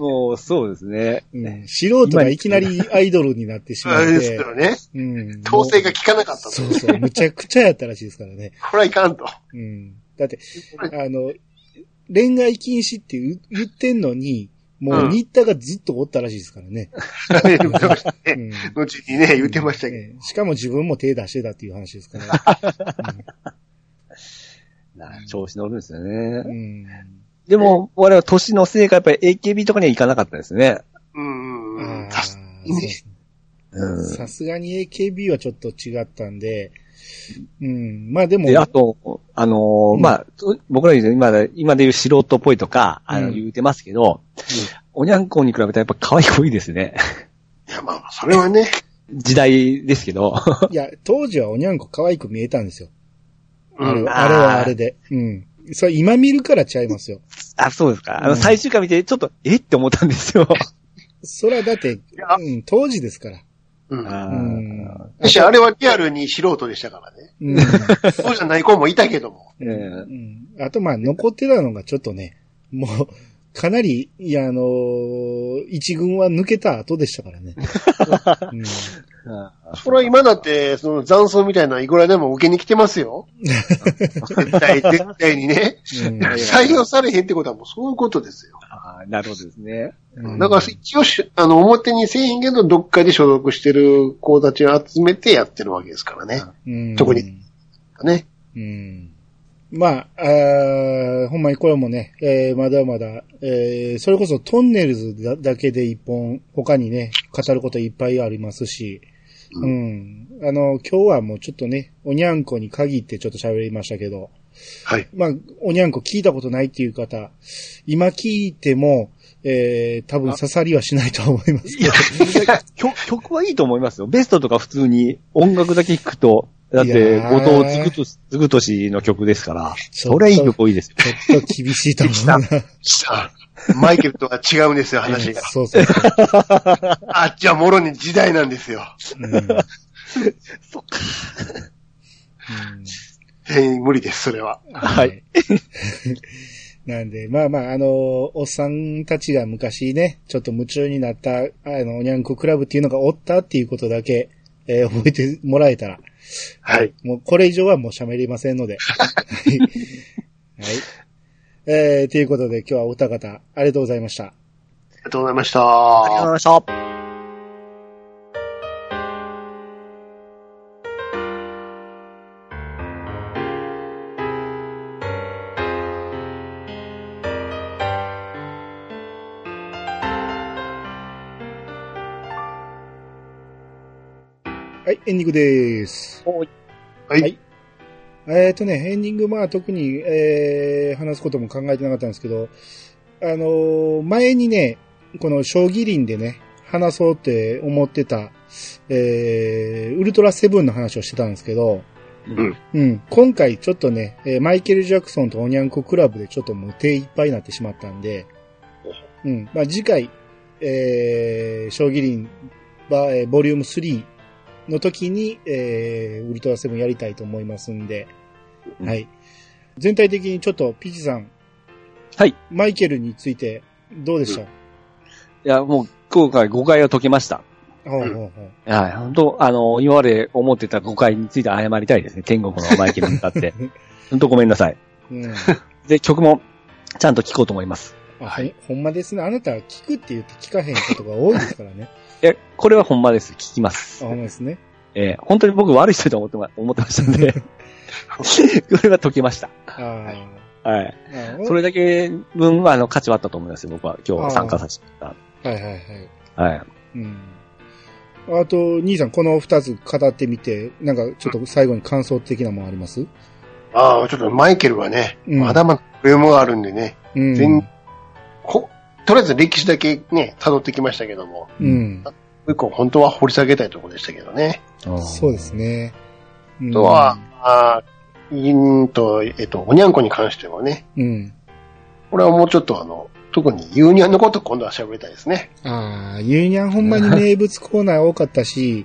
もう、そうですね。うん、素人がいきなりアイドルになってしまあっれですてけ、どね。うん。統制が効かなかったとそ。うそう、むちゃくちゃやったらしいですからね。これはいかんと。うん。だって、 あの、恋愛禁止って言う言ってんのに、もううん新田がずっとおったらしいですから ね。言ってましたうね。ん後にね、言ってましたけど。ねしかも自分も手出してたっていう話です から。な調子乗るんですよね。うん。でも、我々は年のせいか、やっぱり AKB とかには行かなかったですね。うんうあんうん。ー確かそうですねうん。さすがに AKB はちょっと違ったんで、うん。まあでも、で、あと、あのーうんまあ、と僕らで言う今で、今で言う素人っぽいとか、あうの、ん言うてますけど、おにゃんこに比べたらやっぱ可愛い子いいですね。 いや、まあまあ、それはね。時代ですけど。いや、当時はおにゃんこ可愛く見えたんですよ。うあれん。はあれはあれで。うん。それ今見るからちゃいますよ。 あ、そうですか。あうの、ん最終回見て、ちょっと、えって思ったんです よ。それはだって、やうん、当時ですから。うん。ううん私、あれはリアルに素人でしたからね。うん。そうじゃない子もいたけども。ええうんあとまあ残ってたのがちょっとね、もう、かなり、いや、あのー一軍は抜けた後でしたから ね。うんそれは今だって、その残像みたいなのいくらでも受けに来てま すよ。絶対、絶対にね。採用されへんってことはもうそういうことですよ。あーなるほどですね。うんだから一応し、あの、表にせえへんけど、どっかで所属してる子たちを集めてやってるわけですからね。うん特にね。うんまあ、あーほんまにこれもね、えーまだまだ、えーそれこそトンネルズだだけで一本、他にね、語ることいっぱいありますし、う。うんあの、今日はもうちょっとね、おにゃんこに限ってちょっと喋りましたけど、はい。まあ、おにゃんこ聞いたことないっていう方、今聞いても、えー多分刺さりはしないと思い ます。いや、 曲、曲はいいと思いますよ。ベストとか普通に音楽だけ聴くと、だっいて、やー後藤つぐとし、つぐとしの曲ですから、ちょっとそれはいい曲多いですよ。ちょっと厳しいと思うな。さあ、マイケルとは違うんですよ、話が。そうそう そう。あっちはもろに時代なんですよ。うんうんそっか。全員無理です、それは。はい。なんで、まあまあ、あのおっさんたちが昔ね、ちょっと夢中になった、あの、おにゃんこクラブっていうのがおったっていうことだけ、えー覚えてもらえたら、はい。もうこれ以上はもう喋りません ので。はい。はい。えー、ということで今日はお二方、ありがとうございました。ありがとうございましありがとうございた。ました。はい、エンディングです。はいはいえっ、とね、エンディング、まあ特に、えー、話すことも考えてなかったんですけど、あのー前にね、この将棋林でね、話そうって思ってた、えー、ウルトラセブンの話をしてたんですけど、んうん、今回ちょっとね、えーマイケル・ジャクソンとおにゃんこクラブでちょっともう手いっぱいになってしまったんで、うん、まあ次回、えー、将棋林ば、えーボリューム3の時に、えー、ウルトラセブンやりたいと思いますんで、うんはい。全体的にちょっと、ピチさん。はい。マイケルについて、どうでした、いや、もう、今回誤解を解けました。ほうほうほう。はい、本当あの、今まで思ってた誤解について謝りたいですね。天国のマイケルに向かって。 本当ごめんなさい。 うん。で、曲も、ちゃんと聴こうと思います。あほんほんまですね。あなたは 聞くって言って聞かへんことが多いですからね。え、これはほんまです。聴きます。あほんまですね。えー本当に僕悪い人と思ってま、思ってましたん で、これは解けました。あはい。あ。なるほどそれだけ分は、あの、価値はあったと思いますよ、僕は。今あー日参加させてもらっはいはいはい。た。はい。うん。あと、兄さん、この二つ語ってみて、なんかちょっと最後に感想的なもんありますああ、ちょっとマイケルはね、うんまだまだ上もあるんでね、うん。全こ、とりあえず歴史だけね、辿ってきましたけども、うん。結構本当は掘り下げたいところでしたけどね。そうですね。うんあとは、あーうんと、えっと、おにゃんこに関してはね、うん。これはもうちょっとあの、特にユーニャンのこと今度は喋りたいですね。ああ、ユーニャンほんまに名物コーナー多かったし、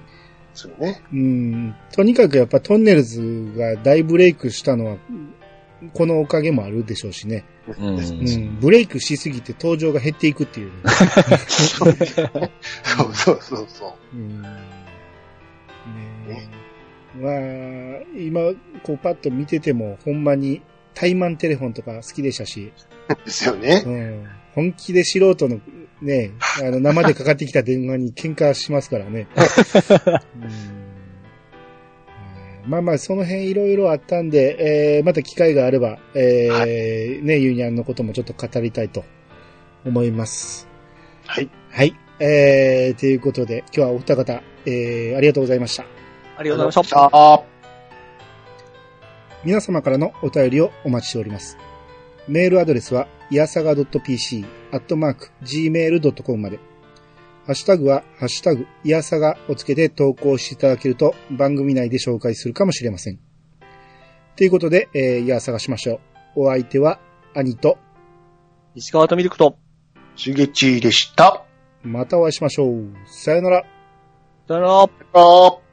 そうね。うん。とにかくやっぱトンネルズが大ブレイクしたのは、このおかげもあるでしょうしね。うん。うん。ブレイクしすぎて登場が減っていくっていう。 そうそうそうそうう。ん。ねえまあ、今、こうパッと見てても、ほんまに、タイマンテレフォンとか好きでした し、ですよねう。ん。本気で素人の、ね、あの、生でかかってきた電話に喧嘩しますから ね。うんまあまあ、その辺いろいろあったんで、えー、また機会があれば、えーはね、ユニアンのこともちょっと語りたいと思います。はい。はい。えー、ということで、今日はお二方、えー、ありがとうございました。ありがとうございました。ああ。皆様からのお便りをお待ちしております。メールアドレスは、いやさが .pc、アットマーク、gmail.com まで。ハッシュタグは、ハッシュタグ、いやさがをつけて投稿していただけると、番組内で紹介するかもしれません。ということで、えー、いやさがしましょう。お相手は、兄と、石川とミルクと、しげちでした。またお会いしましょう。さよなら。さよなら。あー